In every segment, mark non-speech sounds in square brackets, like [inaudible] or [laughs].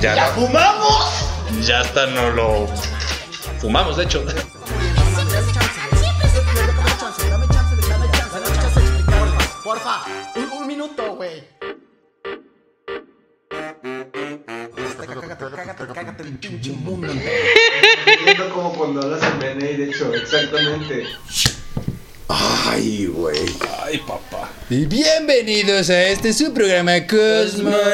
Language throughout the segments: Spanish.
Ya. fumamos? Ya hasta no lo fumamos, de hecho. Porfa, un, un minuto, güey. Cágate, cágate, cágate el pinche mundo. Siento como cuando hablas en BNI, de hecho, exactamente. Ay, güey. Y bienvenidos a este su programa Cosmonautas.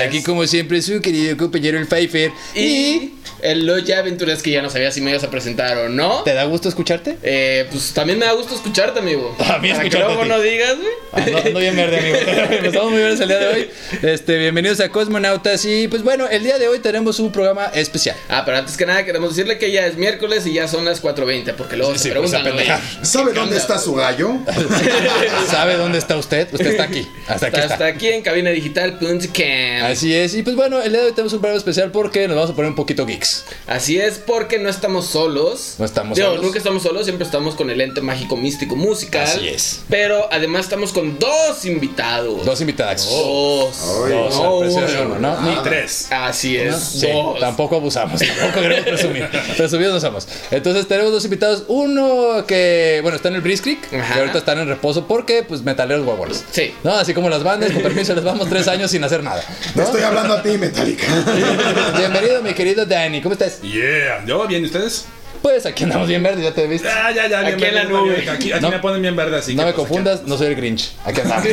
Aquí como siempre su querido compañero el Pfeiffer. Y el Loya Aventuras que ya no sabía si me ibas a presentar o no. ¿Te da gusto escucharte? Eh, pues también me da gusto [laughs] escucharte, amigo. A mí Para que escucharte a luego ti. no digas, güey. Ando, ando Ah, bien verde, amigo. [laughs] Pues Estamos muy verdes el día de hoy. Este, bienvenidos a Cosmonautas. Y pues bueno, el día de hoy tenemos un programa especial. Ah, pero antes que nada queremos decirle que ya es miércoles y ya son las 4.20, porque luego Sí, se sí, pues, preguntan, a oye, pendejar. [laughs] ¿Sabe ¿qué onda? dónde está su gallo? ¿Sabe dónde está usted? Usted está aquí. Hasta aquí Hasta, está. aquí en cabinadigital.com. Así. Así es. Y pues bueno, el día de hoy tenemos un programa especial porque nos vamos a poner un poquito geeks. Así es, porque no estamos solos. No estamos Digo, solos. nunca estamos solos, siempre estamos con el ente mágico, místico, musical. Así es. Pero además estamos con dos invitados. Dos invitados. Dos. Ay, Dos, No, al precio de uno. uno, ¿no? Ah. Ni tres. Así es. Sí, dos. tampoco abusamos, tampoco queremos [laughs] presumir. Presumidos no somos. Entonces tenemos dos invitados. Uno que, bueno, está en el Breeze Creek, Ajá. que ahorita están en reposo porque, pues, metaleros huevones. Sí. ¿No? Así como las bandas, con permiso, les vamos tres años sin hacer nada. Te estoy hablando a ti, Metallica. Bienvenido, mi querido Dani. ¿Cómo estás? Yeah, ¿yo? ¿Bien? ¿Y ustedes? Pues aquí andamos bien verde, ya te viste. Ah, ya, ya, Aquí en la verde, nube. bien, Aquí, aquí No- me ponen bien verde, así No que, me pues, aquí- confundas, no soy el Grinch. Aquí [laughs] andamos.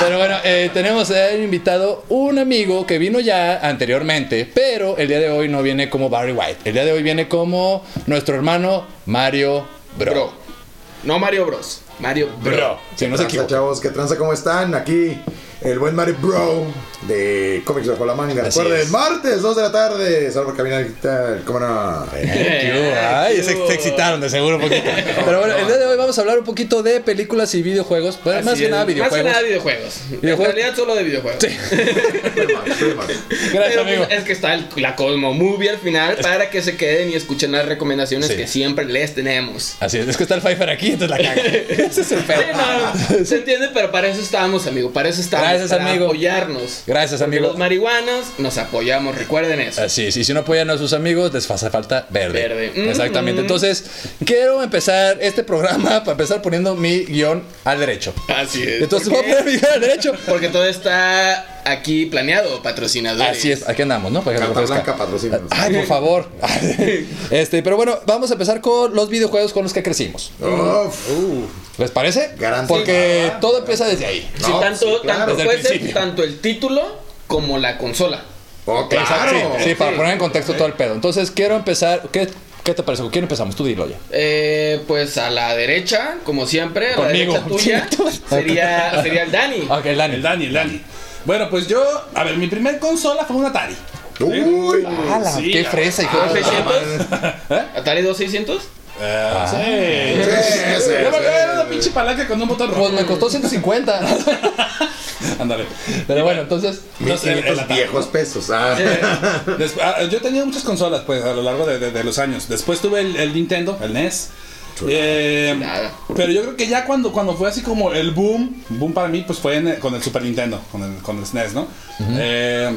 pero bueno, eh, tenemos al invitado un amigo que vino ya anteriormente, pero el día de hoy no viene como Barry White. El día de hoy viene como nuestro hermano Mario Bro. Bro. No Mario Bros. Mario Bro. Bro. Si no se Tranza, equivoca. chavos, ¿qué tranza? ¿Cómo están? Aquí el buen Mario Bro de Cómics Bajo la Manga. Así Recuerden, es. martes, 2 de la tarde. Salvo caminar y tal. ¿Cómo no? Eh. Ay, se, se excitaron de seguro un poquito. [laughs] Pero bueno, el día de hoy vamos a hablar un poquito de películas y videojuegos. Bueno, Así más que es. nada Más que videojuegos. nada videojuegos. Videojuegos. En realidad solo de videojuegos. Primas, primas. Gracias, Pero, pues, amigo. es que está el- la Cosmo Movie al final para que se queden y escuchen las recomendaciones Sí. que siempre les tenemos. Así es, es que está el Pfeiffer aquí, entonces la caga. [laughs] Ese es el pedo. Sí, [laughs] no, se entiende, pero para eso estábamos, amigo. Para eso estábamos. Gracias, para amigo. apoyarnos. Gracias, Porque amigo. Los marihuanos nos apoyamos, recuerden eso. Así es, y si no apoyan a sus amigos, les hace falta verde. Verde. Mm, Exactamente. mm. Entonces, quiero empezar este programa para empezar poniendo mi guión al derecho. Así es. Entonces, ¿Por voy a qué? poner mi guión al derecho. Porque todo está aquí planeado, patrocinadores. Así es, aquí andamos, ¿no? Para que Carta lo conozca. blanca, patrocínanos. Ay, por favor. [laughs] Este, pero bueno, vamos a empezar con los videojuegos con los que crecimos. [laughs] Uf, ¿Les parece? Garantía. Porque todo empieza desde ahí. Sí, No, tanto, sí, claro. tanto Desde el puede ser principio. tanto el título como la consola. oh, claro. Exacto, sí, sí, para poner en contexto todo el pedo. Entonces, quiero empezar. ¿Qué, qué te parece? ¿Con quién empezamos? Tú dilo ya. Eh, pues a la derecha, como siempre, a Conmigo. Ah, la derecha tuya [laughs] sería, sería el Dani. Ok, Lani. El Dani, el Dani. Bueno, pues yo, a ver, mi primer consola fue un Atari. Uy, ¡Hala! Sí, Ah, ¡Qué la- fresa, hijo! Ah, de- 2600. ¿Atari 2600? Sí. sí, Yo sí, me acuerdo, sí. Era una pinche palanca con un botón rojo. Pues me costó 150. Ándale. Pero bueno, entonces. 1500 viejos pesos. Ah. [laughs] Después- ah, yo tenía muchas consolas, pues, a lo largo de, de- de los años. Después tuve el, el Nintendo, el NES. Eh, Nada. pero yo creo que ya cuando, cuando fue así como el boom, boom para mí, pues fue en- con el Super Nintendo, con el, con el SNES, ¿no? Eh,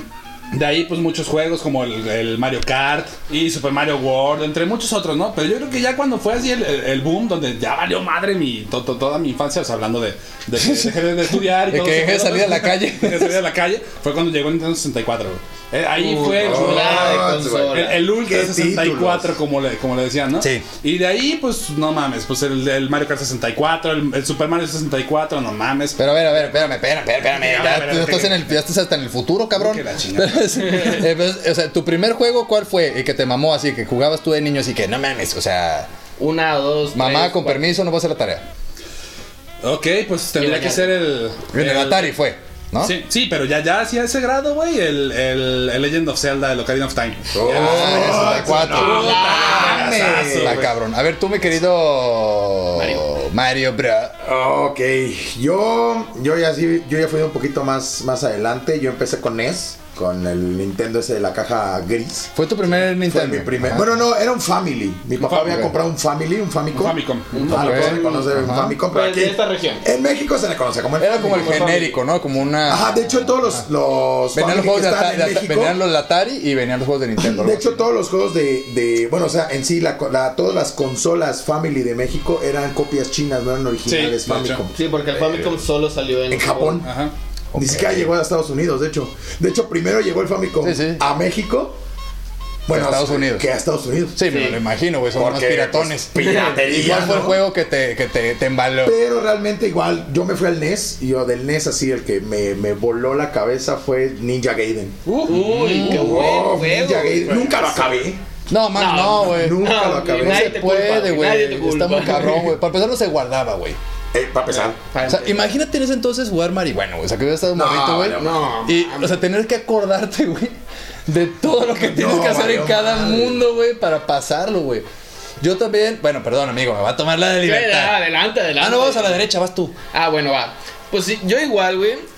de ahí, pues muchos juegos como el, el Mario Kart y Super Mario World, entre muchos otros, ¿no? Pero yo creo que ya cuando fue así el, el- el boom, donde ya valió madre mi, to- to- toda mi infancia, o sea, hablando de, de que dejé de, de estudiar y De todo que eso, dejé de ¿no? salir a [laughs] la calle. De salir a la calle, fue cuando llegó el Nintendo 64, güey. Eh, ahí fue el, no. Chulada de Ah, consola. el, el Ultra Qué 64, títulos. como le, como le decían, ¿no? Sí. Y de ahí, pues, no mames, pues el, el Mario Kart 64, el, el Super Mario 64, no mames. Pero a ver, a ver, espérame, espérame, espérame. Ya, Ya, espérame, tú estás, en espérame. el, ya estás hasta en el futuro, cabrón. Que la chingada. Eh, pues, o sea, tu primer juego, ¿cuál fue? El que te mamó así, que jugabas tú de niño, así que no mames. O sea, Una, dos. mamá, tres, con cuatro. permiso, no voy a hacer la tarea. Ok, pues tendría mañana. que ser el. En el Atari fue. ¿no? Sí, sí, pero ya, ya hacia ese grado, güey, el, el, el Legend of Zelda, el Ocarina of Time. Oh, Ah, 64. mames. Está cabrón. A ver, tú, mi querido Mario, bro. [laughs] Ok, yo, yo ya sí, yo ya fui un poquito más, más adelante. Yo empecé con NES, con el Nintendo ese de la caja gris. Fue tu primer Fue Nintendo. mi primer- Ajá. Bueno, no, era un Family. Mi papá Family. había comprado un Family, un Famicom. Un Famicom. Un Famicom, se conoce un Famicom, pero Pero aquí- de esta región. En México se le conoce como el era como el Family. genérico, ¿no? Como una. Ajá, de hecho todos los, los venían los juegos Family que de, están Atari, en de Atari- México- venían los de Atari y venían los juegos de Nintendo. De hecho, todos los juegos de, de- Bueno, o sea, en sí, la, co- la- todas las consolas Family de México eran copias chinas, no eran originales Sí, de hecho. Famicom. Sí, porque el Eh, Famicom solo salió en, En Japón. Ajá. Ni siquiera llegó a Estados Unidos, de hecho. De hecho, primero llegó el Famicom Sí, sí. a México. Bueno, a Estados Unidos. Que a Estados Unidos. Sí, me Sí. lo imagino, güey. Son unos Porque, [laughs] piratones. pues, [laughs] piratería, Igual fue el ¿no? juego que te, que te, te embaló. Pero realmente igual, yo me fui al NES y yo del NES así, el que me, me voló la cabeza fue Ninja Gaiden. Uy, qué Oh, buen juego. Ninja Gaiden. Nunca lo acabé. No, man, No, no, güey. Nunca No, lo acabé. ni No nadie se te culpa, puede, güey, güey. nadie te Está muy culpa. cabraba, güey. Para empezar, no se guardaba, güey. Eh, para empezar. O sea, imagínate en ese entonces jugar marihuana, güey. O sea, que hubiera estado No, morrito, güey. no, Y, o sea, tener que acordarte, güey, de todo lo que tienes No, que hacer en valió cada madre. mundo, güey, para pasarlo, güey. Yo también. Bueno, perdón, amigo, me va a tomar la de libertad. Adelante, adelante. Ah, no, vamos a la derecha, vas tú. Ah, bueno, va. Pues sí, yo igual, güey.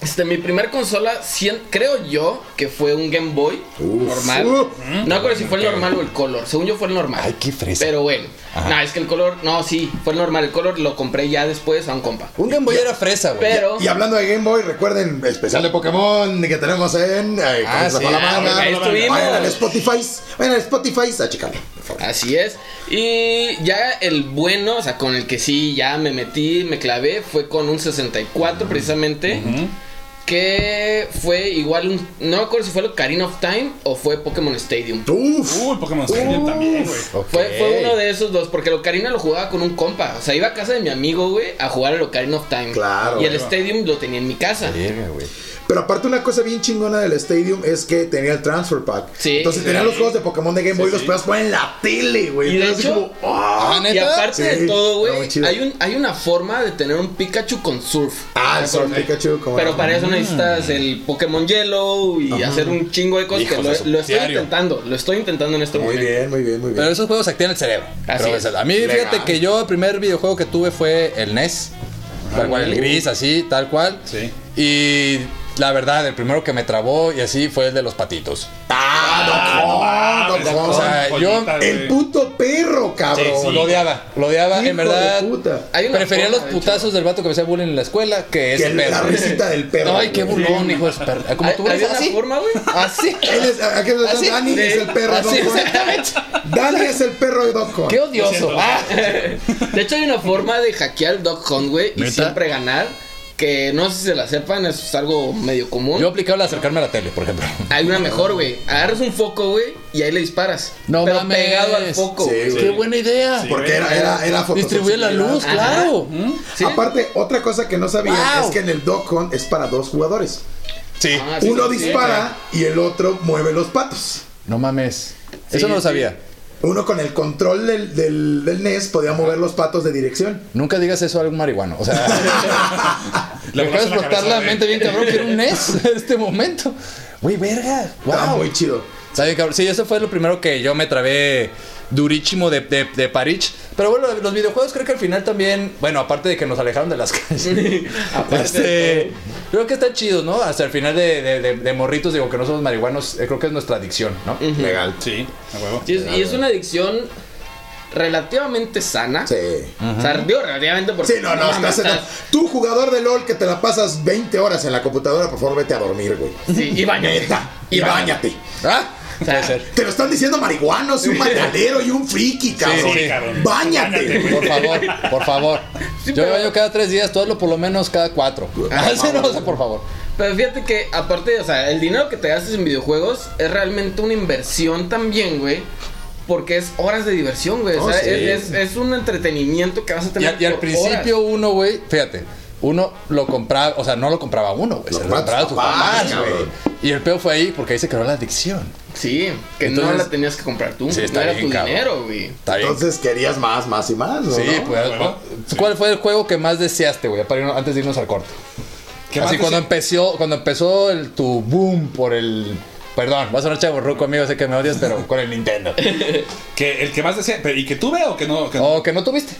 Este, mi primer consola, cien- creo yo, que fue un Game Boy Uf. normal. Uf. No me acuerdo si fue el normal o el color. Según yo fue el normal. Ay, qué fresa. Pero bueno. No, es que el color, no, sí, fue el normal. El color lo compré ya después a un compa. Un Game Boy era fresa, güey. Pero. Y hablando de Game Boy, recuerden el especial de Pokémon que tenemos en. eh, Ah, con esa sí. mala Ah, mano. ahí estuvimos. Vayan al Spotify. Vayan al Spotify a checarlo. Así es. Y ya el bueno, o sea, con el que sí ya me metí, me clavé, fue con un 64 precisamente. Que fue igual un. No me acuerdo si fue el Ocarina of Time o fue Pokémon Stadium. Uf. Uy, Pokémon Stadium también, güey. Ok. Fue, fue uno de esos dos, porque el Ocarina lo jugaba con un compa. O sea, iba a casa de mi amigo, güey, a jugar al Ocarina of Time. Claro, Y el güey. Stadium lo tenía en mi casa. Verga, güey. Pero aparte, una cosa bien chingona del Stadium es que tenía el Transfer Pack. Sí. Entonces Sí. tenía los juegos de Pokémon de Game Boy y los podías poner en la tele, güey. Y de Entonces, hecho- así como, ¡ah! Ah, ¿neta? Y aparte Sí, de todo, está güey, muy chido. hay, un, hay una forma de tener un Pikachu con surf. Ah, el Sword Pikachu, como. Pero para eso necesitas el Pokémon Yellow y hacer un chingo de cosas Hijos que lo, de su lo estoy diario. intentando, lo estoy intentando en este Muy momento. bien, muy bien, muy Pero bien. esos juegos activan el cerebro. Así Pero, es. o sea, A mí, fíjate que yo el primer videojuego que tuve fue el NES. Ah, Tal cual, el gris, así, tal cual. Sí. Y la verdad, el primero que me trabó y así fue el de los patitos. ¡Ah, no, no, no, O sea, Joyita, yo pues, güey. El puto perro, cabrón. eh. Sí, sí. lo odiaba. Lo odiaba, Hijo en verdad. de puta. Hay una Prefería forma, los de hecho. putazos del vato que me hacía bullying en la escuela que ese Que la perro. risita del perro. Ay, qué güey. bulón, hijo de perro. Como Hay- tú eres había una así. forma, [laughs] güey. Ah, Así. Él es, aquí es- Así. Dani es el perro de Así, Doc Hunt. exactamente. Dani es el perro de Doc Hunt. Qué odioso. Ah. De hecho, hay una forma de hackear el Dog Hunt, güey, y ¿Neta? siempre ganar. Que no sé si se la sepan, eso es algo medio común. Yo aplicaba la de acercarme a la tele, por ejemplo. Hay una mejor, güey. Agarras un foco, güey, y ahí le disparas. No pero mames. pegado al foco. Sí, güey. güey. Qué buena idea. Porque era, era, era ¿Mm? Distribuye la fotosensibilidad. luz, Ajá. claro. ¿Sí? Aparte, otra cosa que no sabían Wow. es que en el Doc Hunt es para dos jugadores. Sí. Ah, sí, Uno sí, sí. dispara y el otro mueve los patos. No mames. Eso no lo sí. sabía. Uno con el control del, del, del NES podía mover los patos de dirección. Nunca digas eso a algún marihuano. [laughs] O sea, Le me acaba de volaste la explotar cabeza, la güey. ¿eh? mente bien cabrón. Quiero un [laughs] NES en este momento. Güey, verga. Wow. Wow. muy chido. Está bien, cabrón. Sí, eso fue lo primero que yo me trabé durísimo de, de, de Parich. Pero bueno, los videojuegos creo que al final también, bueno, aparte de que nos alejaron de las [laughs] calles. este, creo que está chido, ¿no? Hasta el final de, de- de- de morritos, digo que no somos marihuanos, eh, creo que es nuestra adicción, ¿no? Legal. Sí, a huevo. Sí, es- y es una adicción relativamente sana. Sí. O sea, digo relativamente porque. Sí, no, no, mames, estás en- estás- Tú, jugador de LOL, que te la pasas 20 horas en la computadora, por favor, vete a dormir, güey. Sí, y bañate. Neta, y bañate. Ah, O sea, Te lo están diciendo marihuanos y un matalero y un friki, cabrón. sí, cabrón. Báñate. güey. por favor, por favor. Yo me baño cada tres días, tú hazlo por lo menos cada cuatro. [laughs] Ah, sí, no, o sea, por favor. Pero fíjate que, aparte, o sea, el dinero que te gastas en videojuegos es realmente una inversión también, güey. Porque es horas de diversión, güey. o Oh, sea, sí. es, es- es un entretenimiento que vas a Y, tener. al- y al por principio uno, güey, fíjate, uno lo compraba, o sea, no lo compraba uno, güey, Lo se lo compraba compraba tus tus papás, papás, güey. cabrón. Y el peor fue ahí porque ahí se creó la adicción. horas. Sí, que no Entonces- la tenías que comprar tú. Sí, está no era bien, tu cabrón. dinero, güey. Está bien. Entonces querías más, más y más, ¿no? sí, ¿No? pues, Bueno, ¿cuál fue el juego que más deseaste, güey, para irnos- antes de irnos al corte? ¿Qué Así más cuando decía? empezó, cuando empezó el, tu boom por el. Perdón, vas a sonar chaborruco, amigo, sé que me odias, pero con el Nintendo. Que el que más decía, pero, y que tuve o que no. Que O que no tuviste.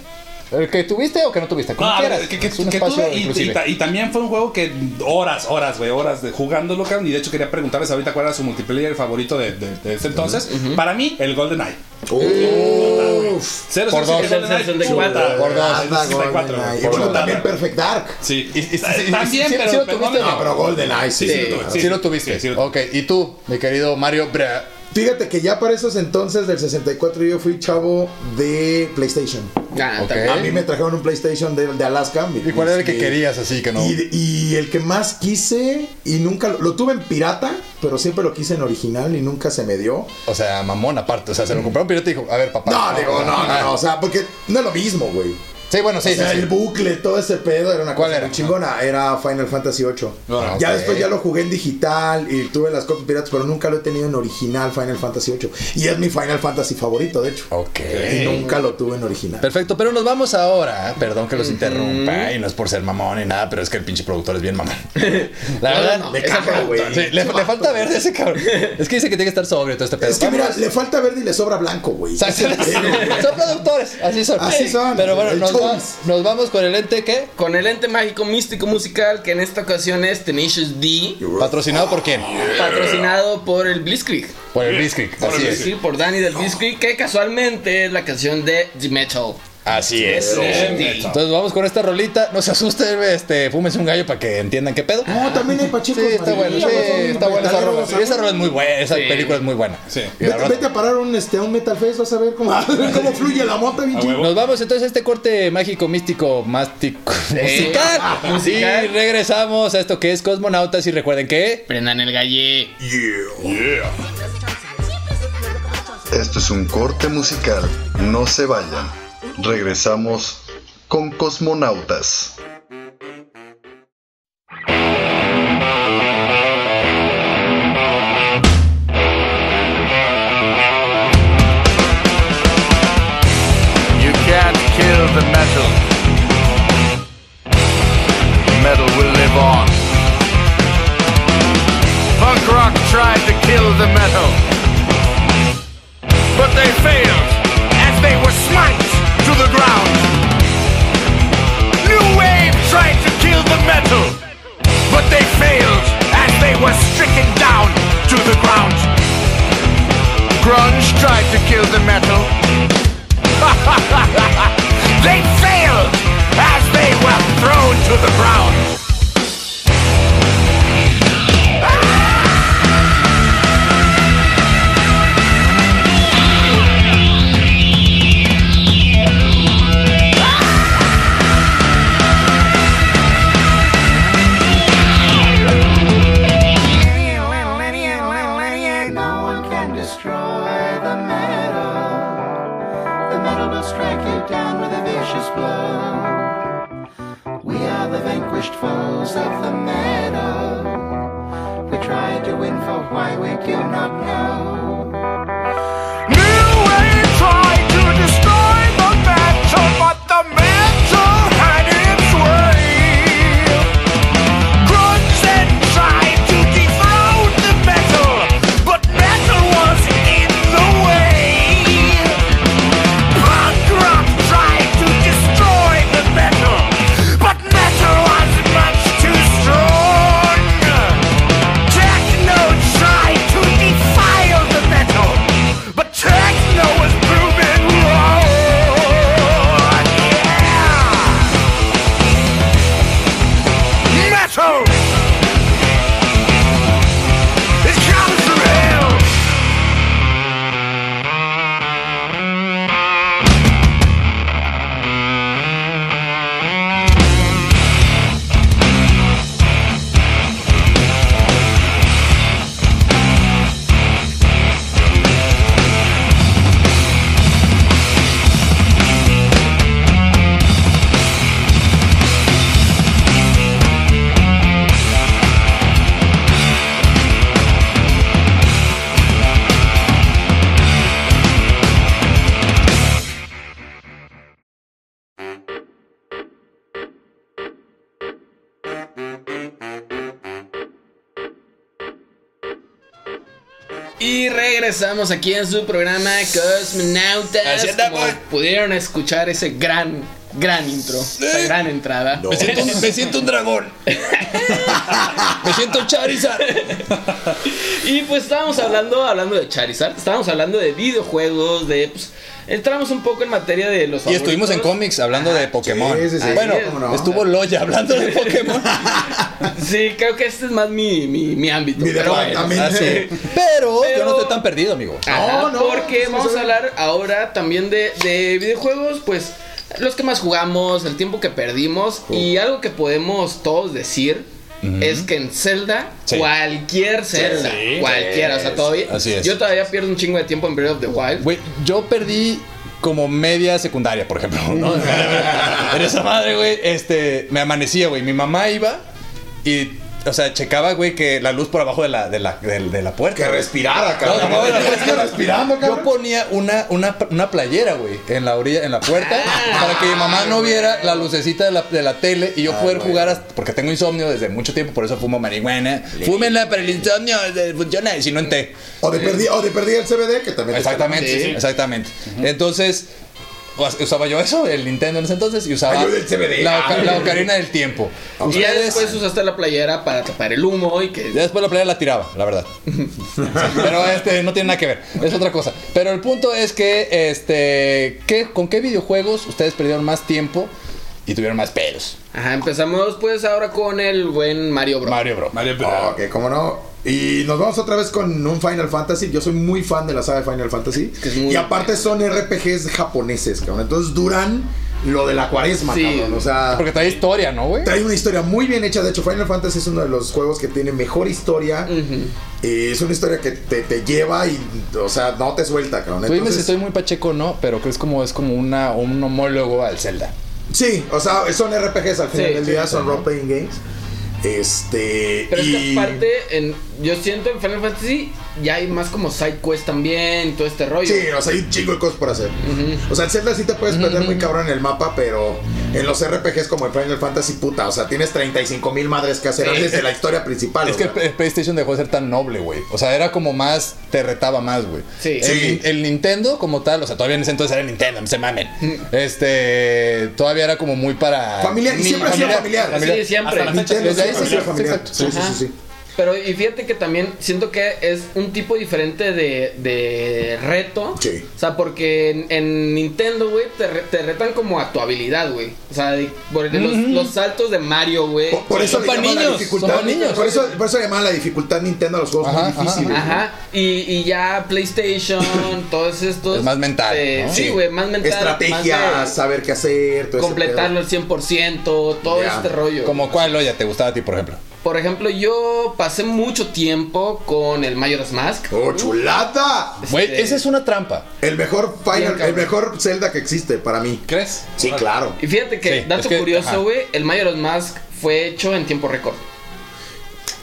El que tuviste o que no tuviste. Como No, a ver, quieras. Ah, que, que- es un que espacio tuve y, inclusive. y ta- y también fue un juego que horas, horas, güey, horas de jugándolo, cabrón. Y de hecho quería preguntarles ahorita cuál era su multiplayer favorito de, de- de ese entonces. Para mí, el Golden Eye. Uh, Uf. Cero, Por cero, dos. cero, GoldenEye, 64. puta, Por güey, dos. Anda, 64, GoldenEye. Y por bueno, puta, también güey. Perfect Dark. Sí, y- también, sí, sí, pero, sí lo pero tuviste, no, No, pero GoldenEye, sí. Sí, claro. Sí, lo tuviste. Sí, sí lo- ok, y tú, mi querido Mario Bra. Fíjate que ya para esos entonces del 64 yo fui chavo de PlayStation. Ah, Ok. también. A mí me trajeron un PlayStation de, de Alaska. mi- ¿Eh? ¿Y cuál era el que mi- querías así que no? Y, y el que más quise y nunca lo, lo tuve en pirata, pero siempre lo quise en original y nunca se me dio. O sea, mamón aparte. O sea, se lo compró un pirata y dijo, a ver, papá. No, digo, no, no, Ah, no, o sea, porque no es lo mismo, güey. [laughs] Sí, bueno, sí, o sea, sí, sí. el bucle, todo ese pedo era una ¿Cuál cosa era? muy chingona, era Final Fantasy VIII. Ah, Ya ok. después ya lo jugué en digital y tuve las copias piratas, pero nunca lo he tenido en original Final Fantasy VIII. Y es mi Final Fantasy favorito, de hecho. Ok. Y nunca lo tuve en original. Perfecto, pero nos vamos ahora. Perdón que los interrumpa y no es por ser mamón ni nada, pero es que el pinche productor es bien [laughs] mamón. La No, verdad, no, me esa caga, pregunta, güey. sí, le, le falta verde a ese cabrón. Es que dice que tiene que estar sobrio todo este pedo. Es que mira, Vámonos. le falta verde y le sobra blanco, güey. [laughs] Exacto. son [laughs] productores, así son. Así son, Pero bueno, el nos, va- showbiz. nos vamos con el ente que Con el ente mágico místico musical que en esta ocasión es Tenacious D, patrocinado por quién? patrocinado por el Blitzkrieg. Por el Blitzkrieg. Por el Así es. Blitzkrieg. Sí, por Danny del Blitzkrieg, que casualmente es la canción de The Metal. Así es. Entonces vamos con esta rolita. No se asusten, este, fúmense un gallo para que entiendan qué pedo. No, también hay Sí, pachecos. está madre. bueno, sí, Son está buena esa rola. metaleros, Sí, esa rola es muy buena, esa Sí. película es muy buena. Sí. Y la Vete, rola- vete a parar un, este, a un Metal Fest, vas a ver cómo, [laughs] cómo fluye la mota, bien A chingón. huevo. Nos vamos entonces a este corte mágico, místico, mástico, musical. Ah, musical. Y regresamos a esto que es Cosmonautas. Y recuerden que. Prendan el galle. Esto es un corte musical, no se vayan. Regresamos con Cosmonautas. You can't kill the metal. Metal will live on. Punk rock tried to kill the metal. But they failed as they were smite to the ground. New wave tried to kill the metal. But they failed as they were stricken down to the ground. Grunge tried to kill the metal. [laughs] They failed as they were thrown to the ground. No one can destroy the metal. The metal will strike you down with a vicious blow. We are the vanquished foes of the metal. We try to win for why we do not know. New wave tried to destroy the metal, but the metal had its way. Grunge then tried to dethrone the metal, but metal was in the way. Punk rock tried to destroy the metal, but metal was much too strong. Techno tried to defy Y regresamos aquí en su programa Cosmonautas. Así andamos. Como pudieron escuchar ese gran, gran intro, esa gran entrada. Me siento, un- me siento un dragón. me siento un [laughs] Charizard. Y pues estábamos hablando, hablando de Charizard, estábamos hablando de videojuegos, de pues, entramos un poco en materia de los Y estuvimos en favoritos. cómics hablando de Pokémon. sí, sí. Bueno, Así es. no? estuvo Loya hablando de Pokémon. Sí, creo que este es más mi, mi, mi ámbito. Mi pero bueno. departamento. Ah, [laughs] sí. Pero, yo Pero- no estoy tan perdido, amigo. Ajá, No, no, porque sí, vamos sí. a hablar ahora también de, de videojuegos, pues los que más jugamos, el tiempo que perdimos y algo que podemos todos decir. Es que en Zelda, Sí. cualquier Zelda, sí, cualquiera, o sea, todavía. así es. Yo todavía pierdo un chingo de tiempo en Breath of the Wild. Güey, yo perdí como media secundaria, por ejemplo. [laughs] ¿no? en esa madre, güey, este, me amanecía, güey. Mi mamá iba y, o sea, checaba, güey, que la luz por abajo de la, de la, de- de la puerta. Que respirara, No, no, no, cabrón. no, no, Estoy pues, respirando, Yo cabrón. ponía una, una, una playera, güey, en la orilla, en la puerta, Ah. para que mi mamá no viera la lucecita de la, de la tele y yo Ah, poder güey. jugar hasta- porque tengo insomnio desde mucho tiempo, por eso fumo marihuana. Fúmenla para el insomnio, eh, funciona, y si no en té. O de perdí, o de perdí el CBD, Pues, que también. te- Exactamente, Sí. exactamente. Entonces, us- usaba yo eso, el Nintendo en ese entonces, y usaba Ay, yo del CBD. la, oca- Ah. la ocarina del tiempo. y ya Ustedes- después usaste la playera para tapar el humo y que ya después la playa la tiraba, la verdad. Pero este no tiene nada que ver, es otra cosa. Pero el punto es que este ¿qué, con qué videojuegos ustedes perdieron más tiempo y tuvieron más pelos. Ajá, empezamos pues ahora con el buen Mario Bros. Mario Bro. Mario Ah, Bros. ok, cómo no. Y nos vamos otra vez con un Final Fantasy. Yo soy muy fan de la saga de Final Fantasy. que es muy y aparte son RPGs japoneses, cabrón. Entonces duran lo de la cuaresma, Sí. cabrón. O sea, Porque trae historia, ¿no, güey? trae una historia muy bien hecha. De hecho, Final Fantasy es uno de los juegos que tiene mejor historia. Eh, es una historia que te, te lleva y, o sea, no te suelta, cabrón. Tú dime si Entonces- estoy muy pacheco o no, pero creo que es como, es como una, un homólogo al Zelda. Sí, o sea, son RPGs al final Sí, del sí, día, son role-playing games. Este. Pero es y- que aparte, en, yo siento en Final Fantasy ya hay más como side quest también, todo este rollo. Sí, o sea, hay un chingo de cosas por hacer. O sea, en Zelda sí te puedes perder muy cabrón en el mapa, pero en los RPGs como en Final Fantasy, puta, o sea, tienes 35 mil madres que hacer antes de la historia principal. Es o que sea. el P- el PlayStation dejó de ser tan noble, güey. O sea, era como más, te retaba más, güey. Sí. El, Sí. el Nintendo como tal, o sea, todavía en ese entonces era el Nintendo, no se mamen. Este, todavía era como muy para... Familiar, y ni- siempre ha sido familiar. Sí, familiar. siempre. Hasta la fecha. Nintendo Desde ahí siempre ha sí, sido familiar. exacto. Sí, sí, Ajá. sí, sí. Pero y fíjate que también siento que es un tipo diferente de, de reto. Sí. O sea, porque en, en Nintendo, güey, te, re- te retan como a tu habilidad, güey. O sea, de- por de los, los saltos de Mario, güey. Por, por eso Son le pa' llaman la niños, dificultad. son pa' niños. Por eso, por eso le llaman la dificultad Nintendo a los juegos Ajá, muy ajá, difíciles. Ajá. Y, y ya PlayStation, todos estos. Es más mental, eh, ¿no? Sí, güey, más mental. Estrategia, más de saber qué hacer, todo ese Completarlo al 100%, todo Ya. este rollo. Como cuál, oye, te gustaba a ti, por ejemplo. Por ejemplo, yo pasé mucho tiempo con el Majora's Mask. pedo. ¡Oh, chulada! Güey, Este- esa es una trampa. El mejor Final, cabrón. el mejor Zelda que existe para mí. ¿Crees? Sí, claro. Y fíjate que, Sí, dato es que- ajá. curioso, güey, el Majora's Mask fue hecho en tiempo récord.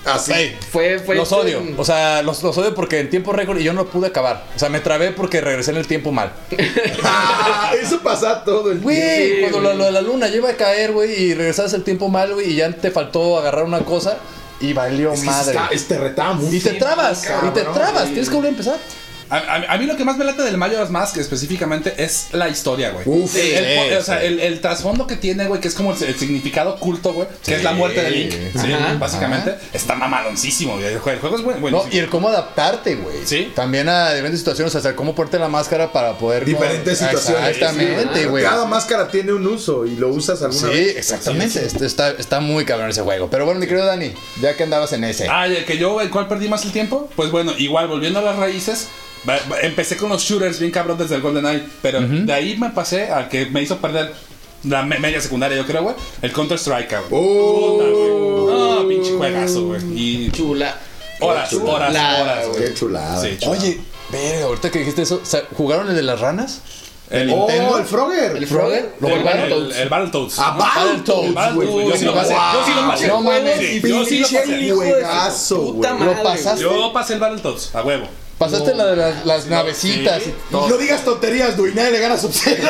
Así. Güey, Fue, fue los hecho odio. en- O sea, los, los odio porque en tiempo récord y yo no lo pude acabar. O sea, me trabé porque regresé en el tiempo mal. [laughs] Ah, eso pasa todo el tiempo. Güey, Sí, cuando güey. lo, lo de la luna lleva a caer, güey, y regresabas el tiempo mal, güey, y ya te faltó agarrar una cosa y valió Es que madre. está- es- te retaba mucho. Y te trabas, y te cabrón, trabas, sí. tienes que volver a empezar. A, a- a mí lo que más me late del Majora's Mask específicamente es la historia, güey. Uf, Sí. El, Sí, o sea, sí. el, el trasfondo que tiene, güey, que es como el, el significado oculto, güey, que es la muerte de Link, sí, Ajá. básicamente, está mamaloncísimo, güey. El jue- el juego es bueno. No, y el cómo adaptarte, güey. Sí. También a diferentes situaciones, o sea, cómo ponerte la máscara para poder. Diferentes como- situaciones. Exactamente, güey. Cada máscara tiene un uso y lo usas alguna Sí, vez. exactamente. Este Está, está muy cabrón ese juego. Pero bueno, mi querido Dani, ya que andabas en ese. Ah, ya que yo, el cual perdí más el tiempo. Pues bueno, igual, volviendo a las raíces, va- va- empecé con los shooters bien cabrón desde el Golden Eye, pero de ahí me pasé al que me hizo perder la me- media secundaria, yo creo, güey, el Counter Strike, cabrón. Puta, güey. No, pinche juegazo, güey. Y Chula. horas, horas, Chulada, horas, güey. Qué chulada. Sí, chulada. Oye, verga, ahorita que dijiste eso, o sea, ¿jugaron el de las ranas? el, Oh, el Frogger. ¿El Frogger? ¿Lo el- el- jugaron? el- el Battletoads. Ah, Battletoads, Battletoads, güey. güey. Yo sí lo pasé. Yo Ah, sí lo pasé. No mames. Sí, yo sí lo Pinche pasé. juegazo, Puta güey. madre. Lo pasaste. Yo pasé el Battletoads, a huevo. Pasaste la de las, las navecitas. sí. y todo. [laughs] [laughs] No digas tonterías, Duinay le ganas obsceno.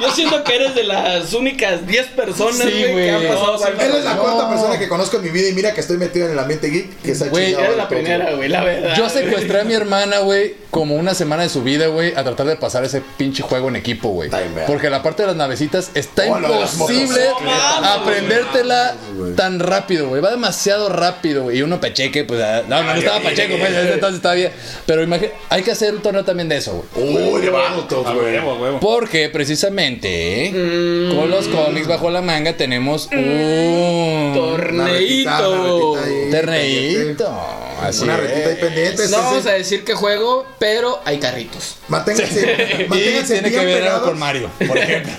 Yo siento que eres de las únicas 10 personas Sí, güey, güey. que han pasado. por- Él es la No. cuarta persona que conozco en mi vida y mira que estoy metido en el ambiente geek que se ha Güey, chingado Eres la de todo. primera, güey, la verdad. Yo secuestré a mi hermana, güey, como una semana de su vida, güey, a tratar de pasar ese pinche juego en equipo, güey. Está bien, verga. Porque la parte de las navecitas está Oh, lo de las imposible motocicletas, güey. aprendértela tan rápido, güey. Va demasiado rápido, güey. Y uno pacheque, pues. ah, No, no, no estaba pacheco, pues. Entonces estaba bien. Pero imagínate, hay que hacer un torneo también de eso, güey. Uy, de vatos, A güey. huevo, a huevo. Porque precisamente con los cómics bajo la manga tenemos un Una retita, una Torneito. retita ahí, terneíto. pendiente. Así Una retita ahí es. pendiente. No sí, vamos sí. a decir que juego, pero hay carritos. Manténganse, Y manténganse tiene bien que ver algo pegados. con Mario, por ejemplo.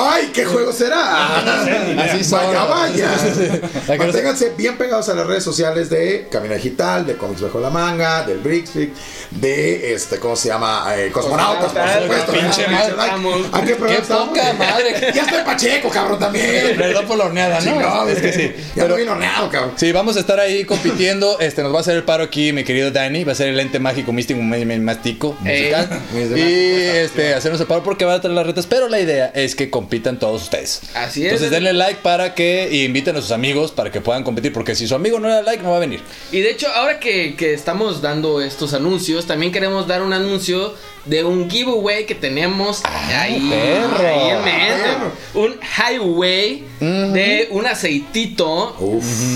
¡Ay, qué juego Ah, será! Así son. Vaya, vaya. La que no se- Manténganse bien pegados a las redes sociales de Camino Digital, de Comics Bajo la Manga, del Brixfix, de este, ¿cómo se llama? Eh, Cosmonautas, por Cosmonautas, supuesto. pinche Ah, madre. like. ¿A qué programa Qué estamos? poca madre. Ya estoy pacheco, cabrón, también. Perdón por la horneada, [laughs] ¿no? Chingado, es que sí. Ya Pero no vino nada, cabrón. sí, vamos a estar ahí compitiendo. Este, nos va a hacer el paro aquí, mi querido Dani. Va a ser el ente mágico, místico, mi- mi- mástico, Eh. musical. [laughs] Y este, hacernos el paro porque van a traer las retas. Pero la idea es que compitan todos ustedes. Así es. Entonces denle like para que y inviten a sus amigos para que puedan competir. Porque si su amigo no le da like, no va a venir. Y de hecho, ahora que, que estamos dando estos anuncios, también queremos dar un anuncio de un giveaway que tenemos ahí, Ah, perro. ahí en mente. Un highway de un aceitito.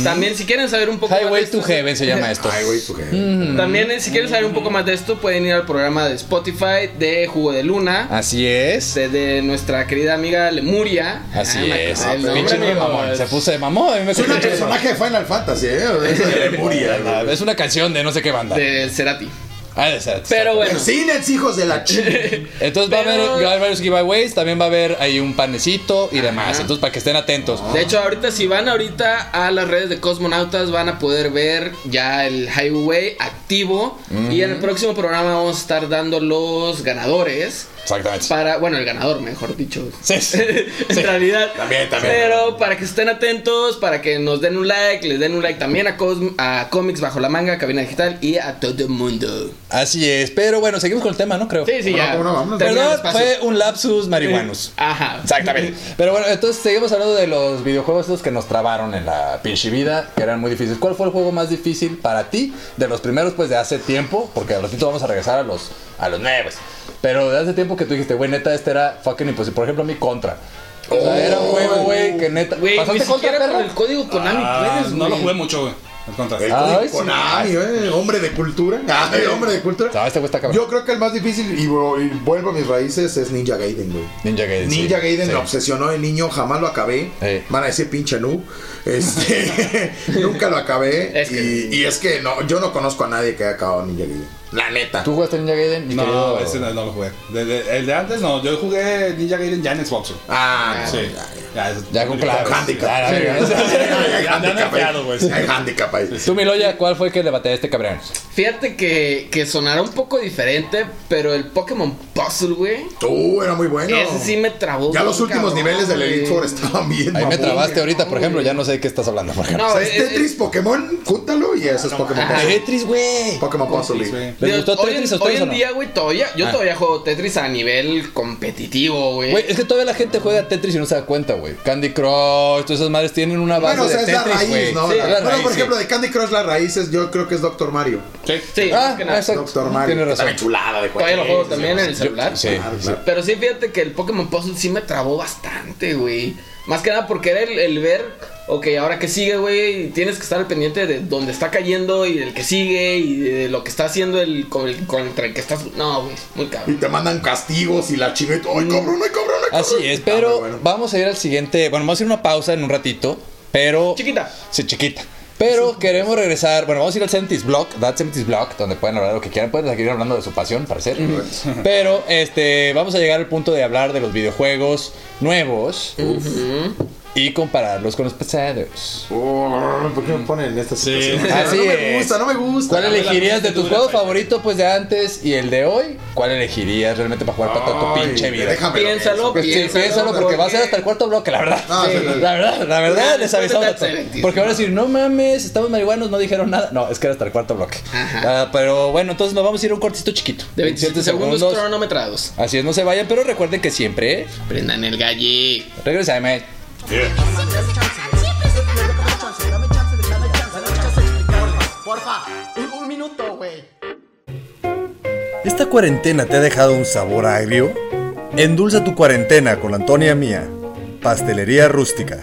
También, si quieren saber un poco Highway más to de esto, Heaven se llama [laughs] esto. Ay, güey, sujeto. También, eh, si quieren saber un poco más de esto, pueden ir al programa de Spotify de Jugo de Luna. Así es. De, de nuestra querida amiga Lemuria. Así Ah, me es. acordé del nombre, Pinche amigos. mamón. Se puso de mamón. a mí me Soy un cayó de mamón. personaje de Final [laughs] Fantasy, ¿eh? Es de Lemuria, güey. Es una canción de no sé qué banda. De Cerati. Ah, de ser. Pero bueno. Persínense, hijos de la chica. Entonces va a Pero- haber, va a haber varios giveaways, también va a haber ahí un panecito y demás. Entonces para que estén atentos. De hecho, ahorita si van ahorita a las redes de Cosmonautas van a poder ver ya el Highway activo y en el próximo programa vamos a estar dando los ganadores Exactamente. para, bueno, el ganador, mejor dicho. Sí, sí. [laughs] en realidad. También, también. Pero para que estén atentos, para que nos den un like, les den un like también a, Cos- a Comics Bajo la Manga, Cabina Digital y a todo el mundo. Así es. Pero bueno, seguimos con el tema, ¿no? Creo. Sí, sí, ¿Cómo no, ya. cómo no? Vámonos. Termina el Perdón, espacio. fue un lapsus marihuanos. Ajá. [laughs] Exactamente. Pero bueno, entonces seguimos hablando de los videojuegos estos que nos trabaron en la pinche vida, que eran muy difíciles. ¿Cuál fue el juego más difícil para ti? De los primeros, pues de hace tiempo, porque al ratito vamos a regresar a los, a los nuevos. Pero de hace tiempo que tú dijiste, güey, neta, este era fucking imposible. Por ejemplo, mi contra. O sea, era un juego, güey, que neta. Güey, ni ¿Pasaste contra, siquiera perro? con el código Konami Ah, puedes, no lo güey. jugué mucho, güey. Al contra. Ay, El código sí. Konami, eh, hombre de cultura. Ah, eh, hombre de cultura. No, este güey está cabrón. Yo creo que el más difícil, y, bro- y vuelvo a mis raíces, es Ninja Gaiden, güey. Ninja Gaiden. sí. Ninja Gaiden Sí. me obsesionó de niño, jamás lo acabé. Sí. Van a decir pinche noob. Este, [laughs] nunca lo acabé. Es que- y, y es que no, yo no conozco a nadie que haya acabado Ninja Gaiden. La neta. ¿Tú jugaste Ninja Gaiden? mi No, querido? ese no, no lo jugué. De- de- el de antes no, yo jugué Ninja Gaiden ya en Xbox. güey. Ah, Sí. Ya, es- Ya con claves. handicap. Ya, la Sí. verga. Hay Ya andan handicap empleado, ahí. güey, sí. Hay handicap ahí. Tú, Miloya, ¿cuál fue el que le bateaste, cabrón? Fíjate que, que sonará un poco diferente, pero el Pokémon Puzzle, güey. Tú, era muy bueno. Ese sí me trabó. Ya los bien, últimos cabrón, niveles del Elite güey. Four estaban bien. Ahí me mamón. trabaste ahorita, por ejemplo, ya no sé de qué estás hablando, por ejemplo. O No, sea, eh, Pues, es eh, Tetris Pokémon, júntalo y eso es Pokémon Ajá. Puzzle. Tetris, güey. Pokémon Puzzle Sí, League. güey. ¿Les Dios, gustó hoy en- Tetris a Hoy ustedes o en no? día, güey, todavía, yo Ah. todavía juego Tetris a nivel competitivo, güey. Güey, es que todavía la gente juega Tetris y no se da cuenta, güey. Candy Crush, todas esas madres tienen una base Bueno, o sea, de es la Tetris, güey. raíz, ¿no? Sí, La- es la bueno, raíz, por ejemplo, sí. de Candy Crush, la raíz es, yo creo que es Doctor Mario. Sí, Ah, más que nada. exacto. Doctor Mario. Tienes [laughs] razón. chulada de Todavía lo juego también en el celular. Pues, Sí. Pero sí, fíjate que el Pokémon Puzzle sí me trabó bastante, güey. Más que nada porque era el, el ver, ok, ahora que sigue, güey, y tienes que estar al pendiente de dónde está cayendo y del que sigue y de lo que está haciendo el, con el contra el que estás. No, güey, muy Y cabrón. te mandan castigos y la chiveta. ¡Ay, cabrón, ay, cabrón, ay, cabrón! Así es, Ah, pero muy bueno. vamos a ir al siguiente. Bueno, vamos a ir a una pausa en un ratito, pero. Chiquita. Sí, chiquita. Pero queremos regresar. Bueno, vamos a ir al 70 Block, That 70 Block, donde pueden hablar lo que quieran. Pueden seguir hablando de su pasión, parecer. [laughs] Pero este, vamos a llegar al punto de hablar de los videojuegos nuevos. y compararlos con los pasados. Oh, ¿Por qué me ponen en esta situación? [laughs] Así no me es. gusta, no me gusta. ¿Cuál elegirías de tú tu dura, juego güey. favorito pues de antes y el de hoy? ¿Cuál elegirías realmente para jugar para toda tu Ay, pinche vida? déjame. Piénsalo, Pues sí, piénsalo. piénsalo porque va a ser hasta el cuarto bloque, la verdad. No, Sí. Pues, sí, sí. La verdad, la Una- verdad, les avisamos. una a todos. excelente. Porque van a decir, no mames, estamos marihuanos, no dijeron nada. No, es que era hasta el cuarto bloque. Ah, pero bueno, entonces nos vamos a ir a un cortito chiquito. De 27 segundos, cronometrados. Así es, no se vayan, pero recuerden que siempre. Prendan el galle. [laughs] Regresame. ¿Esta cuarentena te ha dejado un sabor agrio? Endulza tu cuarentena con Antonia Mía, Pastelería Rústica.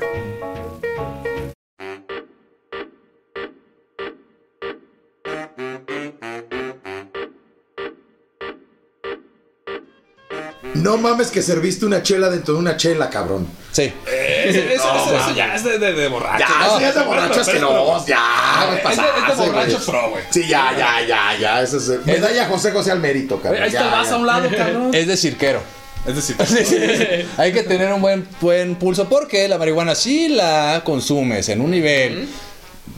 No mames que serviste una chela dentro de una chela, cabrón. Ah, Sí. Eso, eso- eso- eso ya es de, de, de borracho. Ya, ¿no? eso ya es de borrachos que no, ya, güey, Es de- es de pasaste, borracho güey. pro, güey. Sí, ya, ya, ya, ya, eso es, eh, medalla José José al mérito, cabrón. Ahí ya, te vas ya. a un lado, cabrón. Es de cirquero. Es decir, Hay que tener un buen, buen pulso porque la marihuana si la consumes en un nivel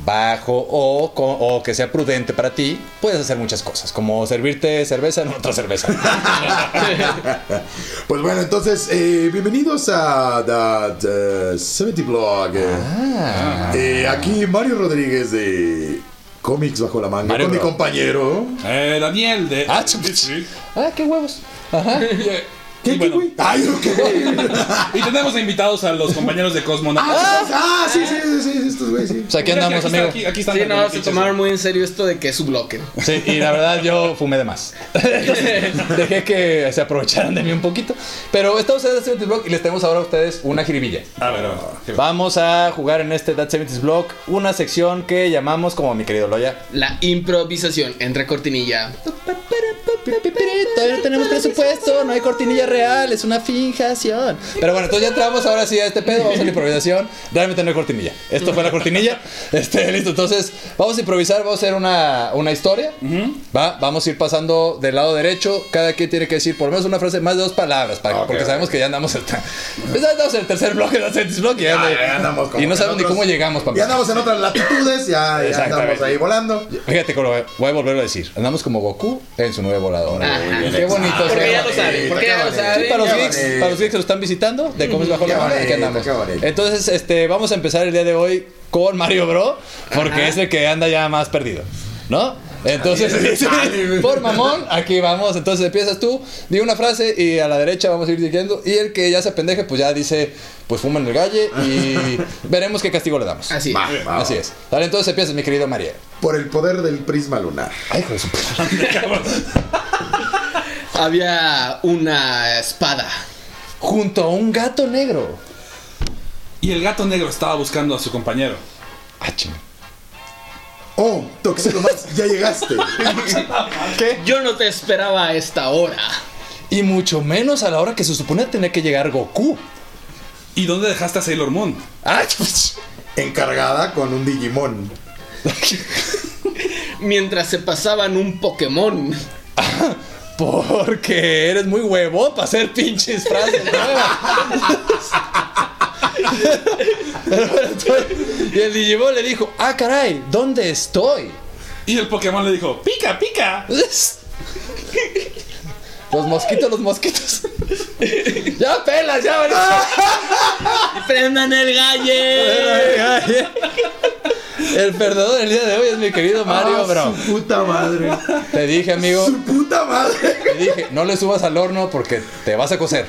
bajo o, co- o que sea prudente para ti, puedes hacer muchas cosas, como servirte cerveza en otra cerveza. [laughs] Pues bueno, entonces, eh, bienvenidos a The, The 70 Blog. Ah. Eh, aquí Mario Rodríguez de Comics Bajo la Manga Mario con mi Bro. compañero. eh, Daniel de. Ah, chup- Sí. ah, qué huevos. Ajá. pues Y, eh, y ¿Qué, qué, bueno, güey? Ay, no, qué güey. y tenemos invitados a los compañeros de Cosmonautas. Ah, ah, sí, sí, sí, sí, estos güeyes, sí. Pues aquí Mira, andamos, aquí está- amigos. Aquí, aquí están Sí, no, los se pinches- tomaron muy en serio esto de que es su bloque. Sí, y la verdad yo fumé de [laughs] más. [laughs] Dejé que se aprovecharan de mí un poquito. Pero estamos en That 70 Block y les tenemos ahora a ustedes una jiribilla. A ver, a ver. Vamos a jugar en este That 70 Block una sección que llamamos, como mi querido Loya, La improvisación entre cortinilla. Todavía no tenemos presupuesto, no hay cortinilla real, es una finjación. Pero bueno, entonces ya entramos ahora sí a este pedo, vamos a la improvisación. Realmente no hay cortinilla. Esto fue la cortinilla. Este, listo, entonces vamos a improvisar, vamos a hacer una, una historia. Va, vamos a ir pasando del lado derecho. Cada quien tiene que decir por lo menos una frase, más de dos palabras, para- porque sabemos que ya andamos en, ya andamos en el tercer bloque, el sexto bloque. ya Ya, de- ya andamos como y no que sabemos ni en otros- cómo llegamos, papá. Ya andamos en otras latitudes, ya, ya andamos Exactamente. ahí volando. Fíjate, cómo lo- voy a volverlo a decir. Andamos como Goku en su nueva voladora. Ajá. Qué bonito. Porque se ya llama. lo saben, porque ya lo Sí, Sí, saben. para los Qué geeks, bonito. para los geeks que lo están visitando, de cómo es bajo Qué la manga, bonito, aquí andamos. qué bonito. Entonces, este, vamos a empezar el día de hoy con Mario Bro, porque es el que anda ya más perdido, ¿no? Entonces, [laughs] sí, por mamón, aquí vamos. Entonces empiezas tú, di una frase y a la derecha vamos a ir diciendo. Y el que ya se pendeje, pues ya dice, pues fuma en el galle [laughs] y veremos qué castigo le damos. Así. Va, va, va. Así es. Dale, entonces empiezas, mi querido María. Ah, Por el poder del prisma lunar. Ay, hijo de su puta. Había una espada. Junto a un gato negro. Y el gato negro estaba buscando a su compañero. Ah, ching. Oh, Toxedo más, [laughs] ya llegaste. Yo no te esperaba a esta hora. Y mucho menos a la hora que se supone tenía que llegar Goku. ¿Y dónde dejaste a Sailor Moon? Ah, chis. Encargada con un Digimon. Mientras se pasaban un Pokémon. porque eres muy huevón para hacer pinches frases nuevas. Pero bueno, entonces- y el Digimon le dijo, ah, caray, ¿dónde estoy? Y el Pokémon le dijo, pica, pica. Los mosquitos, los mosquitos. ya pelas, ya, vale. ¡Prendan el galle! [laughs] El perdedor del día de hoy es mi querido Mario, bro. Ah, Su puta madre. Te dije, amigo, Su puta madre. te dije, no le subas al horno porque te vas a cocer.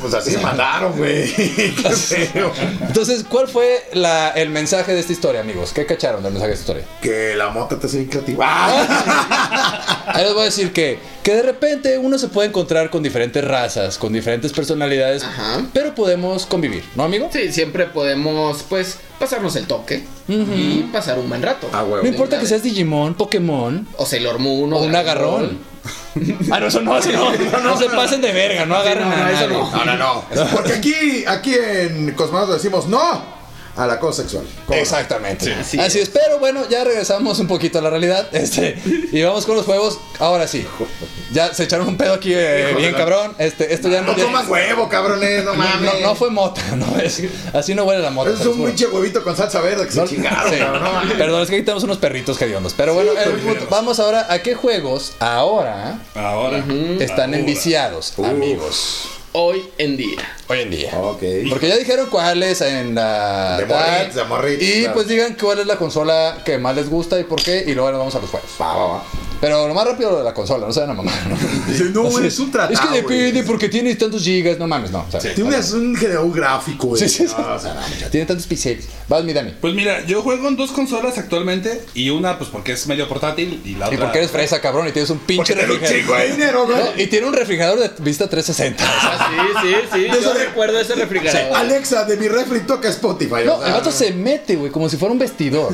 Pues así se mandaron, [laughs] güey. Qué feo. Entonces, ¿cuál fue la- el mensaje de esta historia, amigos? ¿Qué cacharon del mensaje de esta historia? Que la mota te hace bien creativa. Ah. [laughs] Ahí les voy a decir que, que de repente uno se puede encontrar con diferentes razas, con diferentes personalidades, Ajá. pero podemos convivir, ¿no, amigo? Sí, siempre podemos, pues, pasarnos el toque y pasar un buen rato. Ah, huevo. No importa que seas Digimon, Pokémon O Sailor Moon. o un agarrón. Ah, no, eso no, eso no. No, se pasen de verga, no agarren no, a no, eso nadie. no. No, no, no. Porque aquí, aquí en Cosmonautas decimos, no. a la cosa sexual. Exactamente. Así es. pero bueno, ya regresamos un poquito a la realidad. [laughs] Este, y vamos con los juegos. Ahora sí. Ya se echaron un pedo aquí eh, Hijo de bien la- cabrón. Este, esto ya No ya- comas huevo, cabrones, no mames. No, no fue mota, [laughs] no es. Así no huele la mota. Es se los un juro. pinche huevito con salsa verde que se chingaron, Sí. cabrón. no mames. Perdón, es que aquí tenemos unos perritos hediondos. Pero bueno, el punto- vamos ahora a qué juegos ahora, ahora están Ahora. enviciados, Uh. Uh. amigos. Hoy en día. Hoy en día. Ok. Porque ya dijeron cuáles en la. De tal. morritos, de morritos, Y claro. pues digan cuál es la consola que más les gusta y por qué. Y luego nos vamos a los juegos. Pero lo más rápido lo de la consola, no se van a mamar. [laughs] ¿no? no, O sea, eres un tratado, Es que güey. depende porque tiene tantos gigas, no mames, no. o sea, Tiene un- es un GDU gráfico, güey. Sí, sí, sí. No, o sea, no, muchacho. Tiene tantos píxeles. Vas, mi Dani. Pues mira, yo juego en dos consolas actualmente y una pues porque es medio portátil y la Y otra... porque eres fresa, cabrón, y tienes un pinche Porque tiene un refrigerador. chingo eh. de dinero, güey. No, y tiene un refrigerador de vista 360. [laughs] o sea, Ah, sí, sí, sí. De yo esos- recuerdo ese refrigerador. Alexa, de mi refri toca Spotify. No, o sea, el vato se mete, güey, como si fuera un [laughs] vestidor.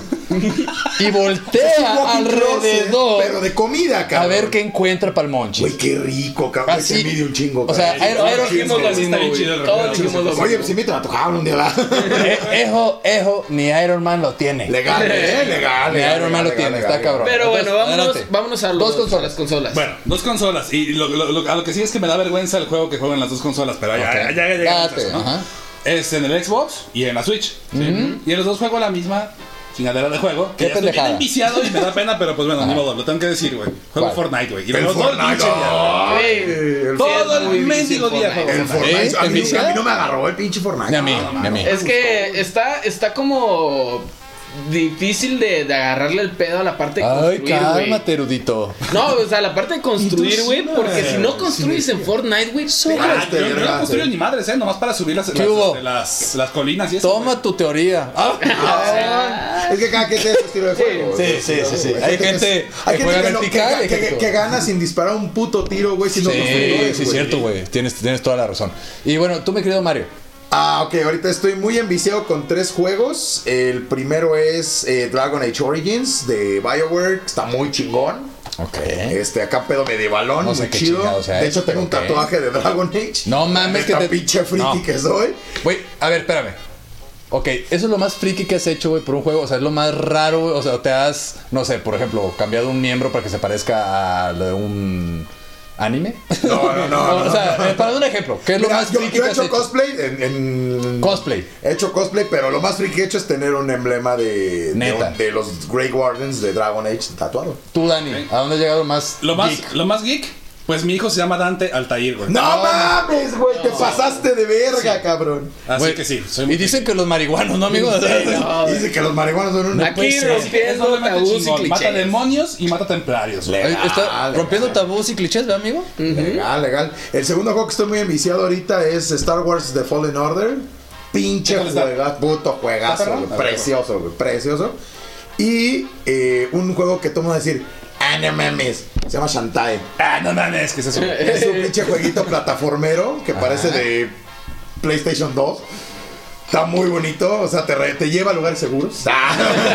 y es un voltea walking closet, Este alrededor Pero de comida, a cabrón. ver qué encuentra para el monchi. Güey, qué rico, cabrón. Así- Se mide un chingo, o sea, cabrón. aero- aero- dijimos lo mismo, güey. Todos dijimos lo Oye, mismo. pues si me te va a tocar un día. ¿verdad? Eh, Ejo, ejo, ni Iron Man lo tiene. Legal, eh, legal. Ni legal, Iron Man legal, lo legal, tiene, legal, está legal. cabrón. Pero bueno, Entonces, vámonos, adelante. vámonos a, los- Dos consolas. a las consolas. Bueno, dos consolas. Y lo- lo- lo- a lo que sí es que me da vergüenza el juego que juego en las dos consolas, pero ya, Ok. ya, ya llegamos a Date, eso, ¿no? ajá. Es en el Xbox y en la Switch. ¿sí? Y en los dos juego la misma chingadera de juego. Qué Que ya estoy bien pendejada. enviciado y me da pena, pero pues bueno, ni modo, lo tengo que decir, güey. Juego ¿Cuál? Fortnite, güey. Y lo El juego todo el Fortnite. pinche día. Güey, Todo es muy el mendigo difícil día juego. Fortnite. El Fortnite. ¿Eh? A, mí, ¿Enviciado? a mí no me agarró el pinche Fortnite. Ni a mí, No, no, ni a mí. Es que está, está como difícil de, de agarrarle el pedo a la parte de Ay, construir, güey. cálmate, erudito. No, o sea, la parte de construir, Entonces, güey, porque si no construyes en Fortnite, güey, Ah, te Yo, yo no vergas, construyo eh. ni madres, ¿eh? Nomás para subir las, las, hubo? las- las colinas y eso. güey. Toma tu teoría. Ah, Es que cada quien tiene su estilo de juego. Sí, güey. sí, sí, sí. Hay Hay gente gente que- hay que gente juega que no- que- vertical, hay que- gente que- que- que gana sin disparar un puto tiro, güey, siendo Sí, constructores, sí, güey. cierto, güey. Tienes, tienes toda la razón. Y bueno, tú, mi querido Mario. Ah, ok, ahorita estoy muy enviciado con tres juegos. El primero es eh, Dragon Age Origins de BioWare, que está muy chingón. Ok. Este, acá pedo medievalón, ¿Eh? No sé muy qué chido. chingados sea de eso, hecho, tengo un pero ok. tatuaje de Dragon Age. No mames, que que te- pinche friki No. que soy. Güey, a ver, espérame. Ok, eso es lo más friki que has hecho, güey, por un juego. O sea, es lo más raro, güey. O sea, te has, no sé, por ejemplo, cambiado un miembro para que se parezca a lo de un anime. No, no, no, [laughs] o no, sea, eh, para dar un ejemplo, ¿qué es lo Mira, más yo, friki yo que he has hecho, hecho? cosplay en, en- Cosplay. He hecho cosplay, pero lo más friki que he hecho es tener un emblema de, de, Neta. de los Grey Wardens de Dragon Age tatuado. Tú, Dani, ¿a dónde has llegado más? Lo más, geek? lo más geek, pues mi hijo se llama Dante Altair, güey. ¡No mames, güey! ¡Te pasaste de verga, cabrón! Así Güey, que sí, soy Y dicen que los marihuanos, ¿no, [laughs] amigo? Dice que los marihuanos son un... Pues, aquí rompiendo tabús y chingón. Mata clichés. demonios y mata templarios, güey. Oye, Ah, Está Legal, rompiendo legal. tabús y clichés, ¿verdad, amigo? Legal, legal. El segundo juego que estoy muy enviciado ahorita es Star Wars The Fallen Order. Pinche ¿Qué tal está? juegazo, puto ¿Está juegazo, perro? güey. A ver, precioso, güey, precioso. Y eh, un juego que tomo a decir, ah, no mames, se llama Shantae. Ah, no mames, que es eso. güey? Es un pinche jueguito plataformero que parece de PlayStation 2. Está muy bonito, o sea, te, re- te lleva a lugares seguros. [laughs]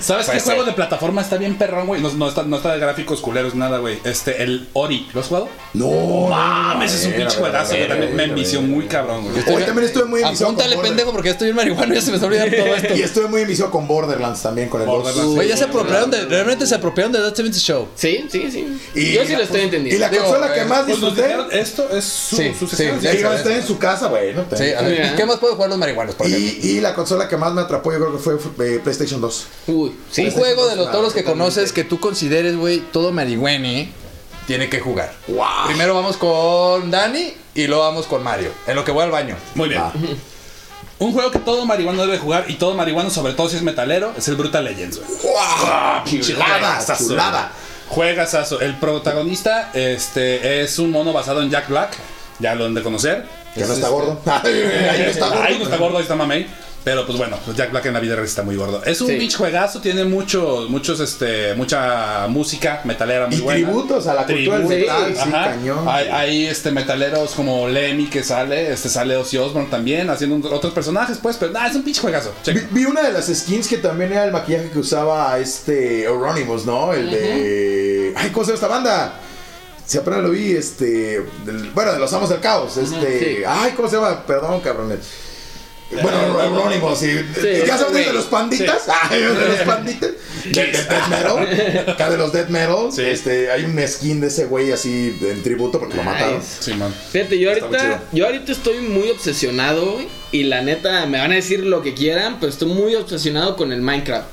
¿Sabes qué juego de plataforma está bien perrón, güey? No, no está, no está de gráficos culeros, nada, güey. Este, el Ori. ¿Lo has jugado? No, Mames, es un pinche juegazo. Yo también me envició muy cabrón, güey. Hoy también estuve muy enviciado con Apúntale, Border- Ah, pendejo, porque ya estoy bien marihuano y ya se me está olvidando todo [laughs] esto. Y estuve muy enviciado con Borderlands también, con el Borderlands. 2. Güey, ya se apropiaron de, realmente se apropiaron de That 70 Show. Sí, sí, sí. Y Yo sí la- lo estoy entendiendo. Y la Digo, consola que eh, más Pues nos disfruté. dijeron, esto es su Sí, sucesión. sí, Sí, ya- va a estar en ¿eh? su casa, güey. ¿no? Sí, ah, a ver, Mira. ¿Qué más pueden jugar los marihuanos, por ejemplo? Y, y la consola que más me atrapó, yo creo que fue eh, PlayStation 2. Uy, sí. un juego de los Ah, todos los que totalmente. conoces que tú consideres, güey, todo marihuani tiene que jugar. ¡Wow! Primero vamos con Dani y luego vamos con Mario. En lo que voy al baño. Muy bien. Un juego que todo marihuano debe jugar y todo marihuano, sobre todo si es metalero, es el Brutal Legends, güey. ¡Chulada! ¡Está chulada! Juegasazo. El protagonista este, es un mono basado en Jack Black. Ya lo han de conocer. Que no Es está este- [laughs] gordo. Ahí no está gordo. Ahí no está gordo, ahí está mamey. Pero pues bueno, pues Jack Black en la vida real está muy gordo. Es un Sí. pinche juegazo, tiene muchos, muchos, este, mucha música metalera muy Y buena. tributos a la cultura del Tributos, metal, sí, cañón. Hay, hay, este, metaleros como Lemmy que sale, este sale Ozzy Osbourne también, haciendo un- otros personajes, pues, pero nada, es un pinche juegazo. Vi, Checa. vi una de las skins que también era el maquillaje que usaba este Euronymous, ¿no? El de. Ay, ¿cómo se llama esta banda? Si apenas lo vi, este. del- bueno, de los Amos del Caos. Este. sí. Ay, ¿cómo se llama? Perdón, cabrones. Eh, Bueno, Eurónimo, sí. ¿Ya sabes de los panditas? Ah, de [laughs] los panditas. De, de Death Metal. Acá de los Death Metal. Este, hay un skin de ese güey así en tributo porque lo mataron. Sí, man. Fíjate, yo Está muy ahorita, yo ahorita estoy muy obsesionado, güey, Y la neta, me van a decir lo que quieran, pero estoy muy obsesionado con el Minecraft.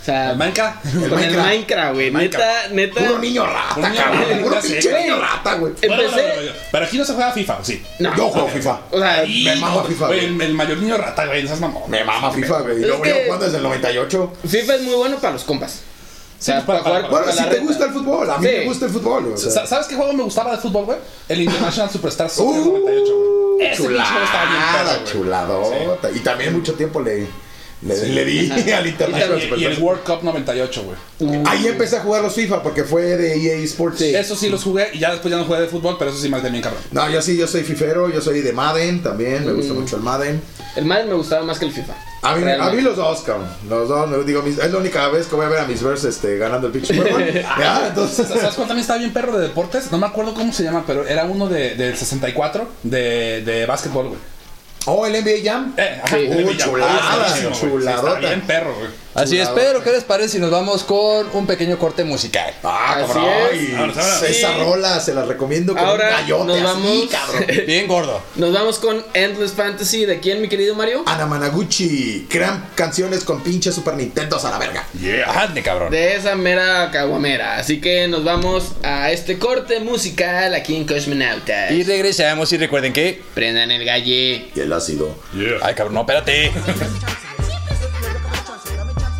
O sea, ¿El [laughs] Minecraft? Con el Minecraft. Minecraft, güey. Neta, neta. Puro niño rata, Puro niño cabrón. rata, Puro ya sé, pinche güey. niño rata, güey. No, no, no, Empecé- no, no, Pero aquí no se juega FIFA, ¿o sí. No. Yo juego Ok. FIFA. O sea, Me mama FIFA, Güey, güey. el, el mayor niño rata, güey, no seas mamón. Me mama FIFA, güey. Es Yo que- vengo jugando desde el 98. FIFA es muy bueno para los compas. O sea, para- para jugar para- Bueno, para si la te reta. gusta el fútbol, a mí Sí. me gusta el fútbol. güey, o sea. Sa- ¿Sabes qué juego me gustaba de fútbol, güey? El [laughs] International Superstar Soccer Uh, 98, güey. Ese pinche juego estaba bien perro, Chulada, güey. chuladota. Y también mucho tiempo le, le, le di [laughs] al International Y, y el Superstar. World Cup 98, güey. Mm. Ahí empecé a jugar los FIFA porque fue de EA Sports. Eso sí los jugué y ya después ya no jugué de fútbol, pero eso sí me hace bien cabrón. No, yo sí, yo soy fifero, yo soy de Madden también, me gusta Mm. mucho el Madden. El Madden me gustaba más que el FIFA. A mí, a Realmente. mí los dos, cabrón. Los dos, me digo, mis- es la única vez que voy a ver a mis Bears este, ganando el pinche [laughs] Super Bowl. Ya, entonces. ¿Sabes cuál también estaba bien perro de deportes? No me acuerdo cómo se llama, pero era uno de, del 64 de, de básquetbol, güey. Oh, el NBA Jam. Eh, ajá, Sí. el Uh, Villa- chulada, Ah, buenísimo, güey. Sí, chuladota. Está bien perro, güey. Así es, Chulada. pero ¿qué les parece si nos vamos con un pequeño corte musical? Ah, Así cabrón. es. ay, Ahora, ahora. esa rola se la recomiendo con Ahora un gallote nos así, vamos- [laughs] cabrón. Bien gordo. Nos vamos con Endless Fantasy. ¿De quién, mi querido Mario? Ana Managuchi, crean canciones con pinches Super Nintendos a la verga. Ande, cabrón. De esa mera caguamera. Así que nos vamos a este corte musical aquí en Cosmonautas. Y regresamos y recuerden que... Prendan el galle. Y el ácido. Ay, cabrón, no, espérate.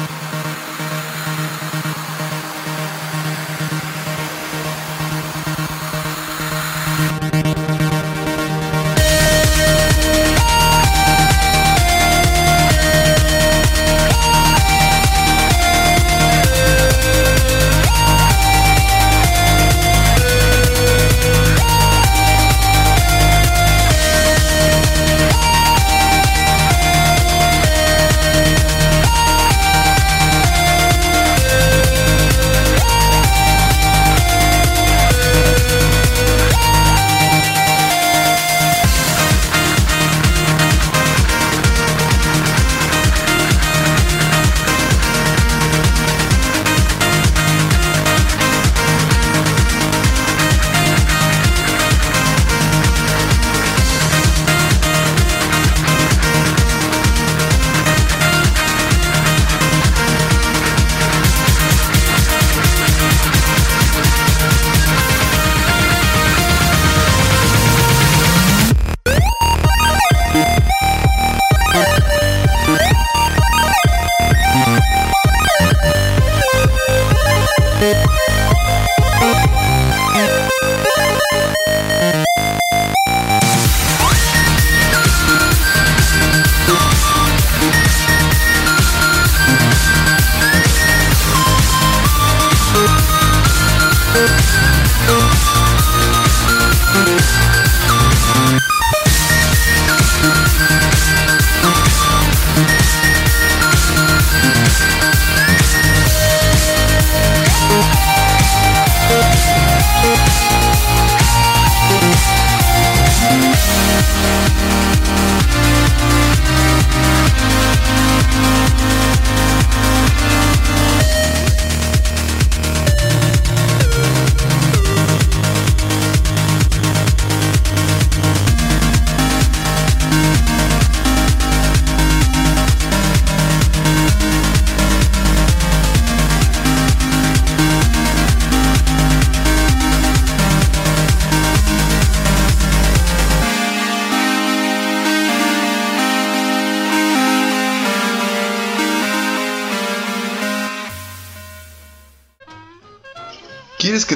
Thank ¿Quieres que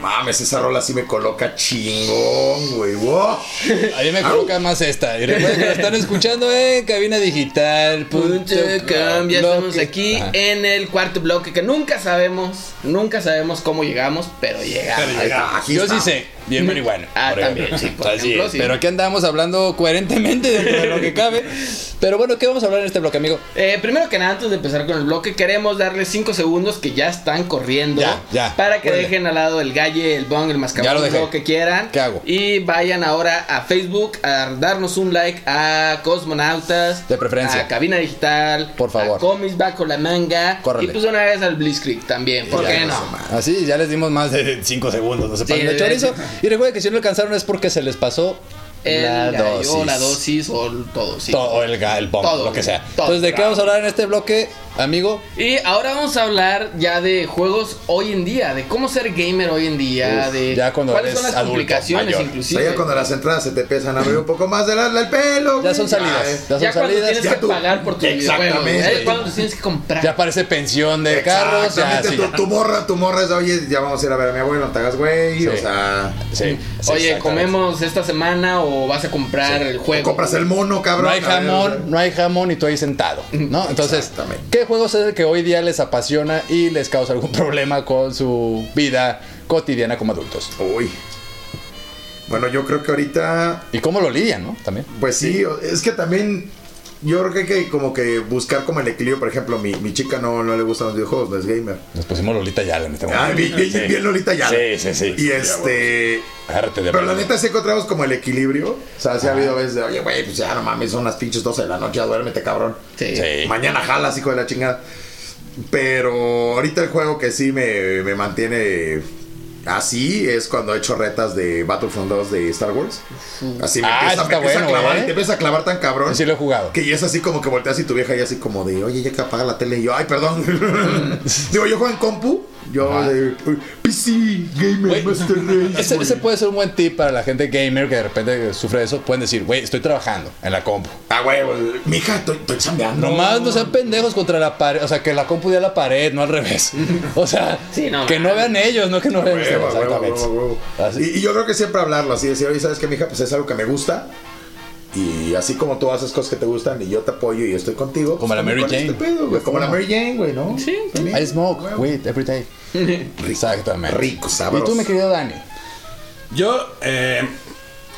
Mames, esa rola sí me coloca chingón, güey. Wow. A mí me coloca más esta. Y recuerden que lo están escuchando en cabinadigital.com. Ya estamos aquí en el cuarto bloque que nunca sabemos, nunca sabemos cómo llegamos, pero llegamos. Pero llegamos. Aquí Yo sí estamos. sé, bien marihuana. Ah, por ejemplo. también, sí, por Pues Así ejemplo, es, sí. Pero aquí andamos hablando coherentemente dentro de lo que cabe. Pero bueno, ¿qué vamos a hablar en este bloque, amigo? Eh, primero que nada, antes de empezar con el bloque, queremos darles 5 segundos que ya están corriendo. Ya, ya. Para que Órale. dejen al lado el galle, el bong, el Ya lo mascarón, dejé. lo, que quieran. ¿Qué hago? Y vayan ahora a Facebook a darnos un like a Cosmonautas. De preferencia. A Cabina Digital. Por favor. A Comics Bajo la Manga. Córrele. Y pues de una vez al Blitzkrieg también. ¿Por Ya, qué no? Así, ya les dimos más de 5 segundos. No se Sí, pasen de de- chorizo. Y recuerden que si no alcanzaron es porque se les pasó El la gallo, dosis. la dosis o el- todo, sí. To- o el, ga- el bomb, Todo, lo que sea. todo. Entonces, ¿de qué vamos a hablar en este bloque, amigo? Y ahora vamos a hablar ya de juegos hoy en día, de cómo ser gamer hoy en día, Uf, de ya cuando cuáles eres son las adulto, complicaciones mayor. inclusive. Oye, cuando las entradas se te pesan a abrir un poco más del el pelo. Ya son salidas, ya son ya cuando salidas, tienes ya que pagar por tu videojuego, Exactamente. ya cuando tienes que comprar. Ya parece pensión de carros. Ya, Exactamente, sí, tu, ya. tu morra, tu morra es, oye, ya vamos a ir a ver a mi abuelo, no te hagas güey, o sea... Sí, sí, Oye, exactamente. comemos esta semana o vas a comprar el juego. Compras el mono, cabrón. No hay a ver, o sea. jamón, no hay jamón y tú ahí sentado, ¿no? Entonces, Exactamente. ¿qué juegos es el que hoy día les apasiona y les causa algún [laughs] problema con su vida cotidiana como adultos? Uy. Bueno, yo creo que ahorita, ¿Y cómo lo lidian, no? También. pues sí, o- es que también yo creo que hay que como que buscar como el equilibrio. Por ejemplo, mi, mi chica no, no le gustan los videojuegos, no es gamer. Nos pusimos Lolita Yala en este momento. Ah, bien, bien, Sí. bien Lolita ya. Sí, sí, sí. Y este... Agárrate de Pero la mano. neta sí encontramos como el equilibrio. O sea, sí ha habido veces de, oye, güey, pues ya no mames, son las pinches 12 de la noche, ya duérmete, cabrón. Sí. Sí. Mañana jalas, hijo de la chingada. Pero ahorita el juego que sí me, me mantiene así es cuando he hecho retas de Battlefront 2 de Star Wars. Así me Ah, empieza, eso está me empieza a bueno, clavar ¿eh? y te empieza a clavar tan cabrón. Sí lo he jugado. Que ya es así como que volteas y tu vieja ya así como de, oye, ya que apaga la tele. Y yo, ay, perdón. [laughs] Digo, yo juego en compu. Yo Ajá. de PC, Güey, Gamer, Master Race. Ese, güey". ese puede ser un buen tip para la gente gamer que de repente sufre de eso. Pueden decir, güey, estoy trabajando en la compu. Ah, huevo. Mija, estoy, estoy chambeando. Nomás no sean pendejos contra la pared. O sea, que la compu dé a la pared, no al revés. O [laughs] sea, Sí, no, que no vean ellos, no que no vean ustedes. Huevo, huevo, Exactamente. Ah, huevo, huevo. Así. Y, y yo creo que siempre hablarlo así, decir, oye, ¿sabes qué, mija? Pues es algo que me gusta. Y así como tú haces cosas que te gustan y yo te apoyo y estoy contigo. Como la también Mary con Jane. este pedo, güey. Como la Mary Jane, güey, ¿no? Sí. I smoke weed every [laughs] day. Exactamente. Rico, ¿Y sabroso. tú, mi querido Dani? Yo, eh,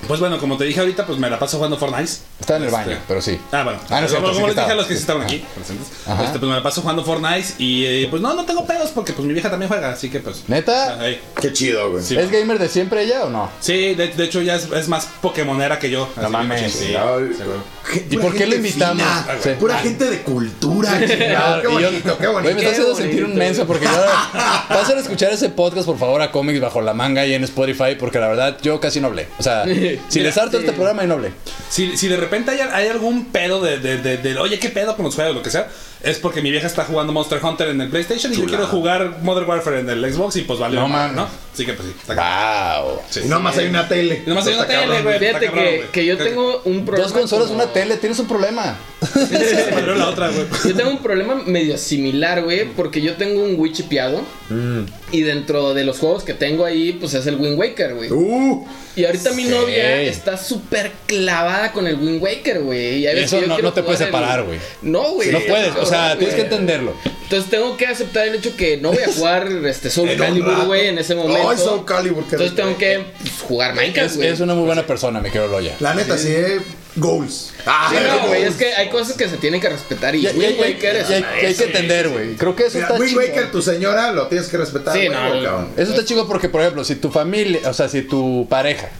pues bueno, como te dije ahorita, pues me la paso jugando Fortnite. Está en el Este, baño, pero sí. Ah, bueno. Ah, no es cierto, como sí que como les dije estaba. a los que sí estaban Ah. aquí presentes, Ajá. este, pues me la paso jugando Fortnite y eh, pues no, no tengo pedos porque pues mi vieja también juega, así que pues... ¿Neta? ahí. Qué chido, güey. Sí, ¿Es gamer de siempre ella o no? Sí, de, de hecho ya es, es más Pokémonera que yo. así que, mames. pues, sí, Ay, sí, güey. qué- ¿Y pura por qué lo gente invitamos? fina, Sí. Ah, Pura gente de cultura, chingado. Ah, Qué Y yo- bonito, qué bonito. Güey, me está haciendo sentir un menso porque yo ahora- pasen a escuchar ese podcast, por favor, a cómics bajo la manga y en Spotify, porque la verdad yo casi no hablé. O [laughs] sea, si les harto este programa, yo no hablé. Si, si de repente hay, hay algún pedo de, de- de- de, oye, ¿qué pedo con los juegos? Lo que sea, es porque mi vieja está jugando Monster Hunter en el PlayStation y yo quiero jugar Modern Warfare en el Xbox y pues vale, No la madre, mames. ¿no? Así que pues sí, está acá. ¡Wow! [laughs] Y nomás hay una tele. Y nomás hay una Está tele, cabrón. güey. está Fíjate cabrón, que, güey. que yo tengo un problema. Dos consolas, como- una tele, tienes un problema. Se me abrió la otra, güey. Yo tengo un problema medio similar, güey, porque yo tengo un Wii chipeado. Mm. Y dentro de los juegos que tengo ahí, pues es el Wind Waker, güey. Uh, Y ahorita mi Sí. novia está súper clavada con el Wind Waker, güey. Y hay veces Eso que yo no- quiero no te jugar puedes el- separar, güey. No, güey. no puedes, o sea, Güey. tienes que entenderlo. Entonces tengo que aceptar el hecho que no voy a jugar este Soul En un Calibur, rato. güey, en ese momento. Ay, Soul Calibur, qué Entonces rico. tengo que pues, jugar Minecraft, Es, güey. es una muy buena persona, mi querido Loya. la neta, sí, eh. Goals. Ah, Sí, no, goals. güey, es que hay cosas que se tienen que respetar y, Y, y- y- Wind Waker es y- y- una y hay de que esas. entender, güey. Creo que eso Mira, está Wind chido. Waker, tu señora, lo tienes que respetar. Sí, güey, no, cabrón. Eso está chido porque, por ejemplo, si tu familia, o sea, si tu pareja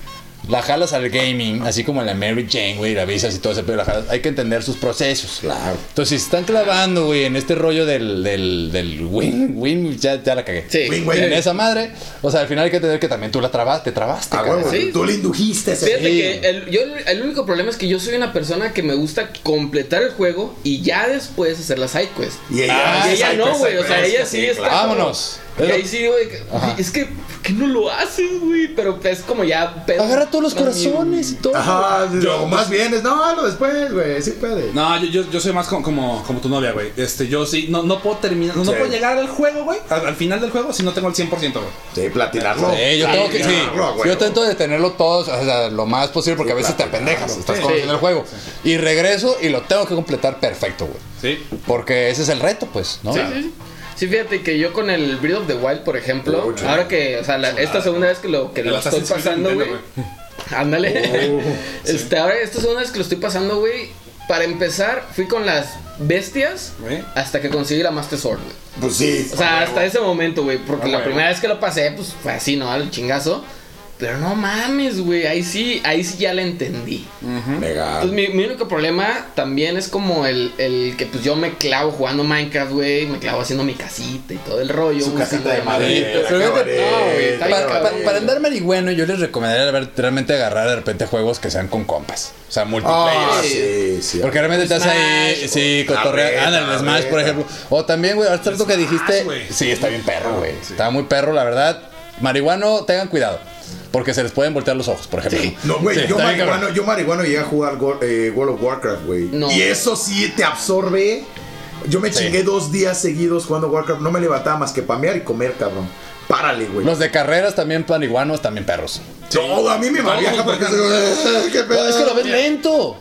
la jalas al gaming, así como a la Mary Jane, güey, la visas y todo ese pedo, la jalas. Hay que entender sus procesos. Ah, Claro. Entonces, si se están clavando, güey, en este rollo del, del, del win, win, ya, ya la cagué. Sí. Win, win. En esa madre. O sea, al final hay que entender que también tú la trabaste, te Ah, trabaste. cabrón. Sí. Fíjate Sí. que el, yo, el único problema es que yo soy una persona que me gusta completar el juego y ya después hacer las side quest. Y Ah, ella hace side no, quest, güey. O side sea, quest, ella sí, sí, está. claro. Vámonos. Y ahí sí, güey. que- Ajá. Es que, ¿por qué no lo haces, güey? Pero es como ya. pedo. Agarra todos los corazones y todo. Ajá, lo más bien es, no, hazlo después, güey, sí puede. No, yo, yo, yo soy más como, como, como tu novia, güey. Este, yo sí, no, no puedo terminar, no, Sí. puedo llegar al juego, güey, al, al final del juego si no tengo el 100%, güey. Sí, platinarlo. Sí, yo tengo que, sí, Platinarlo, güey. yo trato de tenerlo todos, o sea, lo más posible, porque a veces te pendejas, estás sí. conociendo el juego. Y regreso y lo tengo que completar perfecto, güey. Sí. Porque ese es el reto, pues, ¿no? Sí, sí, sí. Sí, fíjate que yo con el Breath of the Wild, por ejemplo, ahora que, o sea, la- esta segunda vez que lo, que El lo estoy Assassin's Creed pasando, güey. Nintendo, [laughs] Ándale. [laughs] este, ahora esta segunda vez que lo estoy pasando, güey. Para empezar, fui con las bestias güey. hasta que conseguí la Master Sword, güey. Pues sí. O sea, hasta ese momento, güey. Porque Ah, la huevo. primera vez que lo pasé, pues fue así, ¿no? Al chingazo. Pero no mames, güey. Ahí sí, ahí sí ya la entendí. Ah. Mega. Entonces, mi, mi único problema también es como el, el que pues yo me clavo jugando Minecraft, güey. Me clavo haciendo mi casita y todo el rollo. Su güey, casita de haciendo la madera, madera. Pero qué fíjate, bonito, no, güey, está qué bien Para, para- cabrón. para andar marihuano, yo les recomendaría ver- realmente agarrar de repente juegos que sean con compas. O sea, multiplayer. Ah, Sí. sí, sí. Porque realmente estás ahí, Smash, sí, o- cotorrea. La Ándale, reta, el Smash, la por reta. ejemplo. O también, güey, ahorita lo que dijiste. güey. Sí, está bien Ah, perro, güey. Está muy perro, la verdad. Marihuano, tengan cuidado. Porque se les pueden voltear los ojos, por ejemplo. No, güey, Sí, yo, está bien cabrón. marihuano, yo marihuano llegué a jugar Go- eh, World of Warcraft, güey. No. Y eso sí te absorbe. Yo me Sí. chingué dos días seguidos jugando Warcraft. No me levantaba más que pamear y comer, cabrón. Párale, güey. Los de carreras también, marihuanos, también perros. No, a mí me mareaja porque... "Eh, ¿Qué pedo? es que lo ves lento.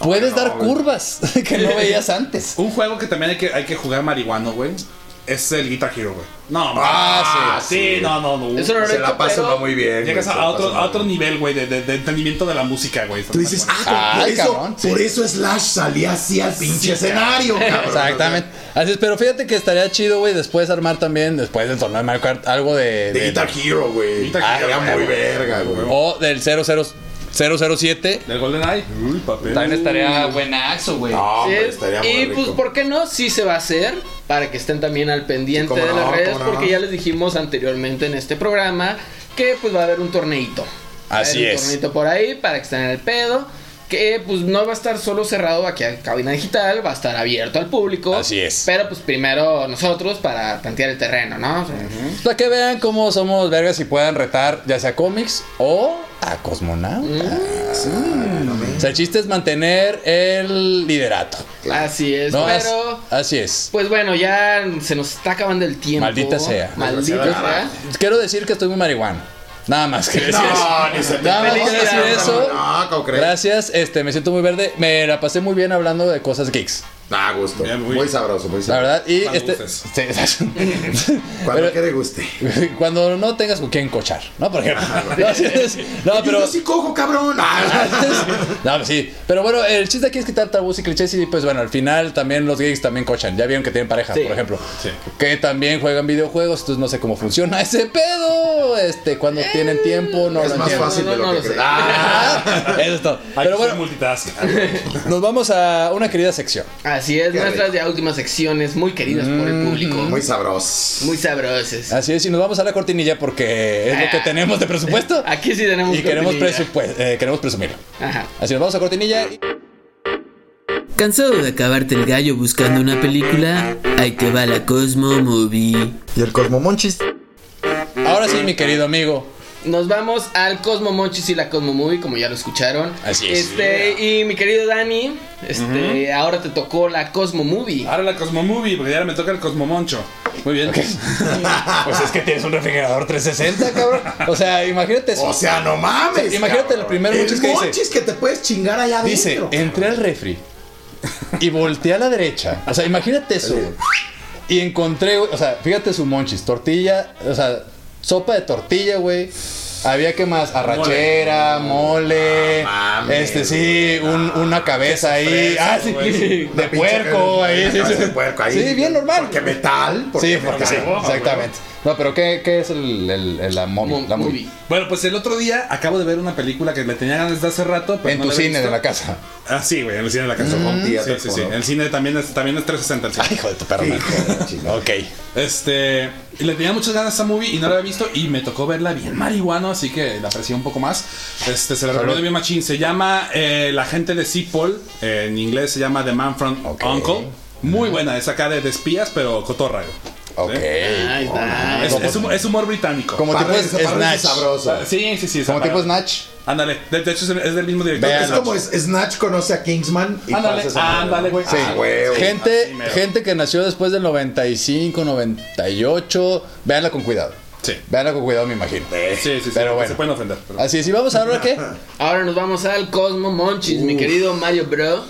Puedes dar curvas [laughs] que [laughs] no veías antes. Un juego que también hay que, hay que jugar marihuano, güey, es el Guitar Hero, güey. No, Ah, mames. sí, no, no, no. Eso no lo Se he la hecho, pasa pero- uno muy bien. Llegas güey, se a, la a otro, pasa uno a otro muy bien. nivel, güey, de, de- de entendimiento de la música, güey. Tú dices, ah, Ay, por, eso, cabrón, por eso Slash salía así al pinche escenario, cabrón. Exactamente. Así es, pero fíjate que estaría chido, güey, después armar también, después del torneo de Mario Kart, algo de. De de- Guitar Hero, güey. Guitar Ah, Hero, era muy güey. verga, güey. o del 00 007. Ah, ¿Del Golden Eye? Uy, papel. También estaría buenazo, güey. No, Sí, hombre, estaría muy y rico. pues, ¿por qué no? Sí se va a hacer para que estén también al pendiente Sí, cómo de no, las redes, cómo no. porque ya les dijimos anteriormente en este programa que pues va a haber un torneito. Va a haber Así un es. torneito por ahí para que estén en el pedo. Que pues no va a estar solo cerrado aquí a cabina digital, va a estar abierto al público. Así es. Pero pues primero nosotros para tantear el terreno, ¿no? O sea, Para que vean cómo somos vergas y puedan retar ya sea cómics o a cosmonautas. Mm. O sea, el chiste es mantener el liderato. Así es, ¿no? As- pero Así es. pues bueno, ya se nos está acabando el tiempo. Maldita sea. Maldita sea. Quiero decir que estoy muy marihuano. Nada más que decir eso. No, ni se te Nada más ocurra, quiero decir cabrón. eso. No, ¿cómo crees? Gracias, este, me siento muy verde. Me la pasé muy bien hablando de cosas geeks, Ah, gusto. Bien, muy- muy, sabroso, muy la sabroso. verdad. Y Cuando este, gustes. Sí, exacto. [laughs] Cuando Pero- que le guste. [laughs] cuando no tengas con quién cochar, ¿no? Por ejemplo. No, [laughs] sí, sí. No, pero. Yo sí cojo, cabrón. [laughs] Ah, [laughs] No, pues sí. Pero bueno, el chiste aquí es quitar tabús y clichés. Y pues bueno, al final también los geeks también cochan. Ya vieron que tienen pareja, por ejemplo. Que también juegan videojuegos. Entonces no sé cómo funciona [laughs] ese pedo. Este, cuando tienen tiempo, no Eh, es lo más entiendo. fácil No, de no, no lo que lo sé. crees. Ah, [laughs] Eso es todo. Hay que Pero ser bueno, multitask. nos vamos a una querida sección. Así es, Qué nuestras ya últimas secciones muy queridas por Mm-hmm. el público. muy Muy, sabroso. sabrosas. Así es, y nos vamos a la cortinilla porque es lo que Ah. tenemos de [laughs] presupuesto. Aquí sí tenemos Y queremos, cortinilla. presupues- eh, queremos presumirlo. Ajá. Así nos vamos a cortinilla. y- ¿Cansado de acabarte el gallo buscando una película? Ahí te va la Cosmo Movie. Y el Cosmomonchis. Ahora sí, mi querido amigo. Nos vamos al Cosmo Monchis y la Cosmo Movie, como ya lo escucharon. Así es. Este, y mi querido Dani, este, ahora te tocó la Cosmo Movie. Ahora la Cosmo Movie, porque ya me toca el Cosmomoncho. Muy bien. [laughs] Pues es que tienes un refrigerador 360, cabrón. O sea, imagínate eso. O sea, no mames. Imagínate cabrón. el primer monchis El que dice- monchis que te puedes chingar allá Dice, adentro. entré al refri y volteé a la derecha. O sea, imagínate eso. güey. Y encontré, güey, o sea, fíjate su monchis, tortilla, o sea, sopa de tortilla, güey. Había que más, arrachera, mole, Ah, mames, este sí, un- una cabeza ahí, ah, sí, de Pinche puerco que- ahí, sí, de sí. puerco ahí. Sí, bien normal. Porque metal. Porque sí, porque sí, metal. exactamente. No, pero ¿qué, qué es el, el- el- la movie? La movie. Bueno, pues el otro día acabo de ver una película que le tenía ganas desde hace rato. Pero En Pues, no tu la había cine visto. de la casa. Ah, sí, güey, en el cine de la casa. Mm. Sí, Teatro, sí, sí. ¿no? El cine también es, también es 360. El cine. Ay, hijo de tu perro. ok. Este. y Le tenía muchas ganas a esta movie y no la había visto. Y me tocó verla bien marihuano, así que la aprecié un poco más. Este, se la recomiendo bien machín. Se llama eh, La gente de Seapol. eh, en inglés se llama The Man from Uncle. Muy buena, es acá de, de espías, pero cotorra. Ok. Es, es humo- es humor británico. Como tipo es- Parece- parece Snatch. sabroso. Sí, sí, sí. Como tipo Snatch. Ándale. De, de hecho, es es del mismo director. es como es- Snatch conoce a Kingsman y Ándale, pasa esa ándale, güey. madre. Sí, Ah, güey. Gente, gente que nació después del 95, 98, véanla con cuidado. Sí. Véanla con cuidado, me imagino. Sí, sí, sí. Pero bueno. Se pueden ofender. pero- Así es, y vamos ahora qué? [laughs] Ahora nos vamos al Cosmo Monchis, mi querido Mario Bro.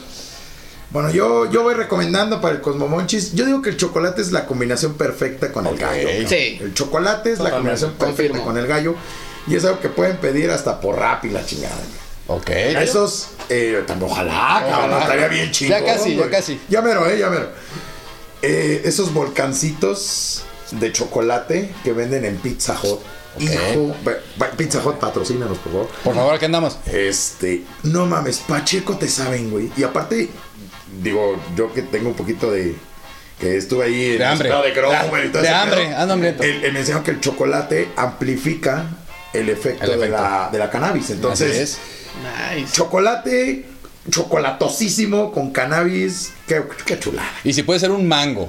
Bueno, yo, yo voy recomendando para el Cosmomonchis. Yo digo que el chocolate es la combinación perfecta con el gallo. cabrón. Sí. El chocolate es la Totalmente. combinación perfecta Confirmo. con el gallo. Y es algo que pueden pedir hasta por rap y la chingada. güey. Ok. Esos, eh, tam- ojalá, Ojalá. cabrón, estaría bien chido. Ya casi, ya casi. Ya mero, eh, ya mero. Eh, esos volcancitos de chocolate que venden en Pizza Hut. Hijo, ve- ve- Pizza Hut, patrocínanos, por favor. Por favor, aquí andamos. Este, no mames, Pacheco te saben, güey. Y aparte, digo, yo que tengo un poquito de. que estuve ahí en De el hambre. estado de Grover De- y todo de ese hambre, pedo, ando hambriento. él- él me enseñó que el chocolate amplifica el efecto, El De, efecto. la, de la cannabis. Así Entonces, es. chocolate chocolatosísimo con cannabis. Qué, qué chulada. Y si puede ser un mango.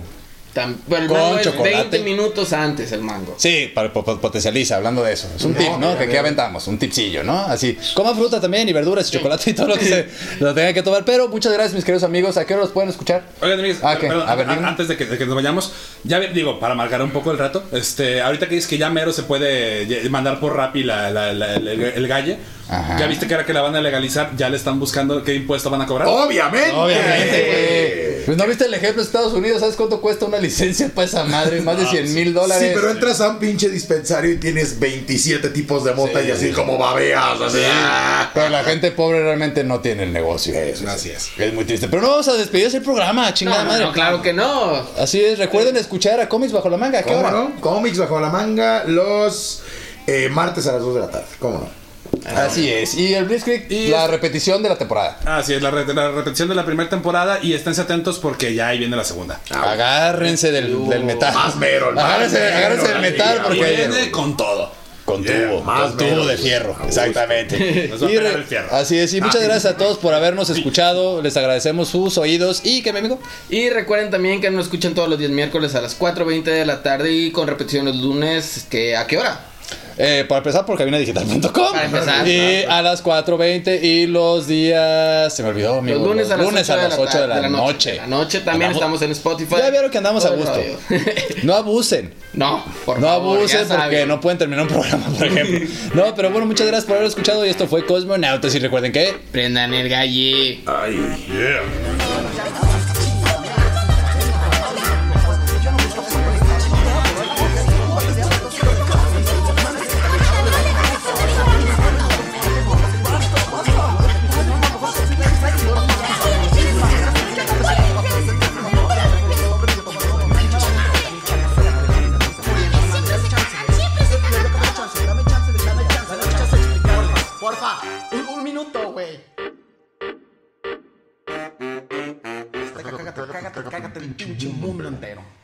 Pero el Con mango es chocolate. 20 minutos antes el mango. Sí, para, po- po- potencializa, hablando de eso. Es un No, tip, ¿no? mira, Que aquí mira. aventamos, un tipsillo, ¿no? Así. Coma fruta también y verduras y chocolate y todo lo que [laughs] se lo tenga que tomar. Pero muchas gracias, mis queridos amigos. ¿A qué hora los pueden escuchar? Oigan, amigos, Ah, ¿qué? perdón, A ver, an- dime. antes de que, de que nos vayamos, ya ve- digo, para marcar un poco el rato, este, ahorita que dices que ya mero se puede ye- mandar por Rappi la- la- la- el, el galle, ya viste que ahora que la van a legalizar, ya le están buscando qué impuesto van a cobrar. Oh. Obviamente. Obviamente, güey. Pues no viste el ejemplo de Estados Unidos, ¿sabes cuánto cuesta una licencia para esa madre? Más de 100 mil dólares. Sí, pero entras a un pinche dispensario y tienes 27 tipos de mota y así como babeas. Así. Sí. Pero la gente pobre realmente no tiene el negocio. Así es. Es muy triste. Pero no vamos a despedirse el programa, chingada No, no, madre. no, claro que no. Así es, recuerden escuchar a Comics Bajo la Manga. ¿a ¿Qué ¿Cómo hora? no? Cómics bajo la manga los eh, martes a las 2 de la tarde. ¿Cómo no? Así es. Y el Blitzkrieg, la repetición de la temporada. Así Ah, es, la, re- la repetición de la primera temporada y esténse atentos porque ya ahí viene la segunda. Agárrense del, del metal. Más mero, el más agárrense, mero, agárrense del la metal vida, porque güey. Viene con todo. Con Yeah, tubo, más con tubo mero, de güey. fierro, A gusto. exactamente. Nos va a Y pegar re- el fierro. así es, y muchas Ah. gracias a todos por habernos escuchado, les agradecemos sus oídos y que mi amigo. Y recuerden también que nos escuchan todos los días miércoles a las 4.20 de la tarde y con repetición los lunes, que ¿a qué hora? Eh, para empezar por cabinadigital.com Para empezar. y a las 4.20 y los días, se me olvidó amigo, Los lunes a las 8 de la 8 de la, tarde- de la noche. noche. La noche también Andamos- estamos en Spotify. Ya vieron que andamos a Todo el gusto. radio. No abusen. [laughs] No, por No favor, abusen ya porque saben. no pueden terminar un [laughs] programa, por ejemplo. No, pero bueno, muchas gracias por haber escuchado y esto fue Cosmonautas y recuerden que... Prendan el galle. Ay, yeah. Porfa, un, un minuto, güey. Cágate, cágate, cágate el pinche mundo entero.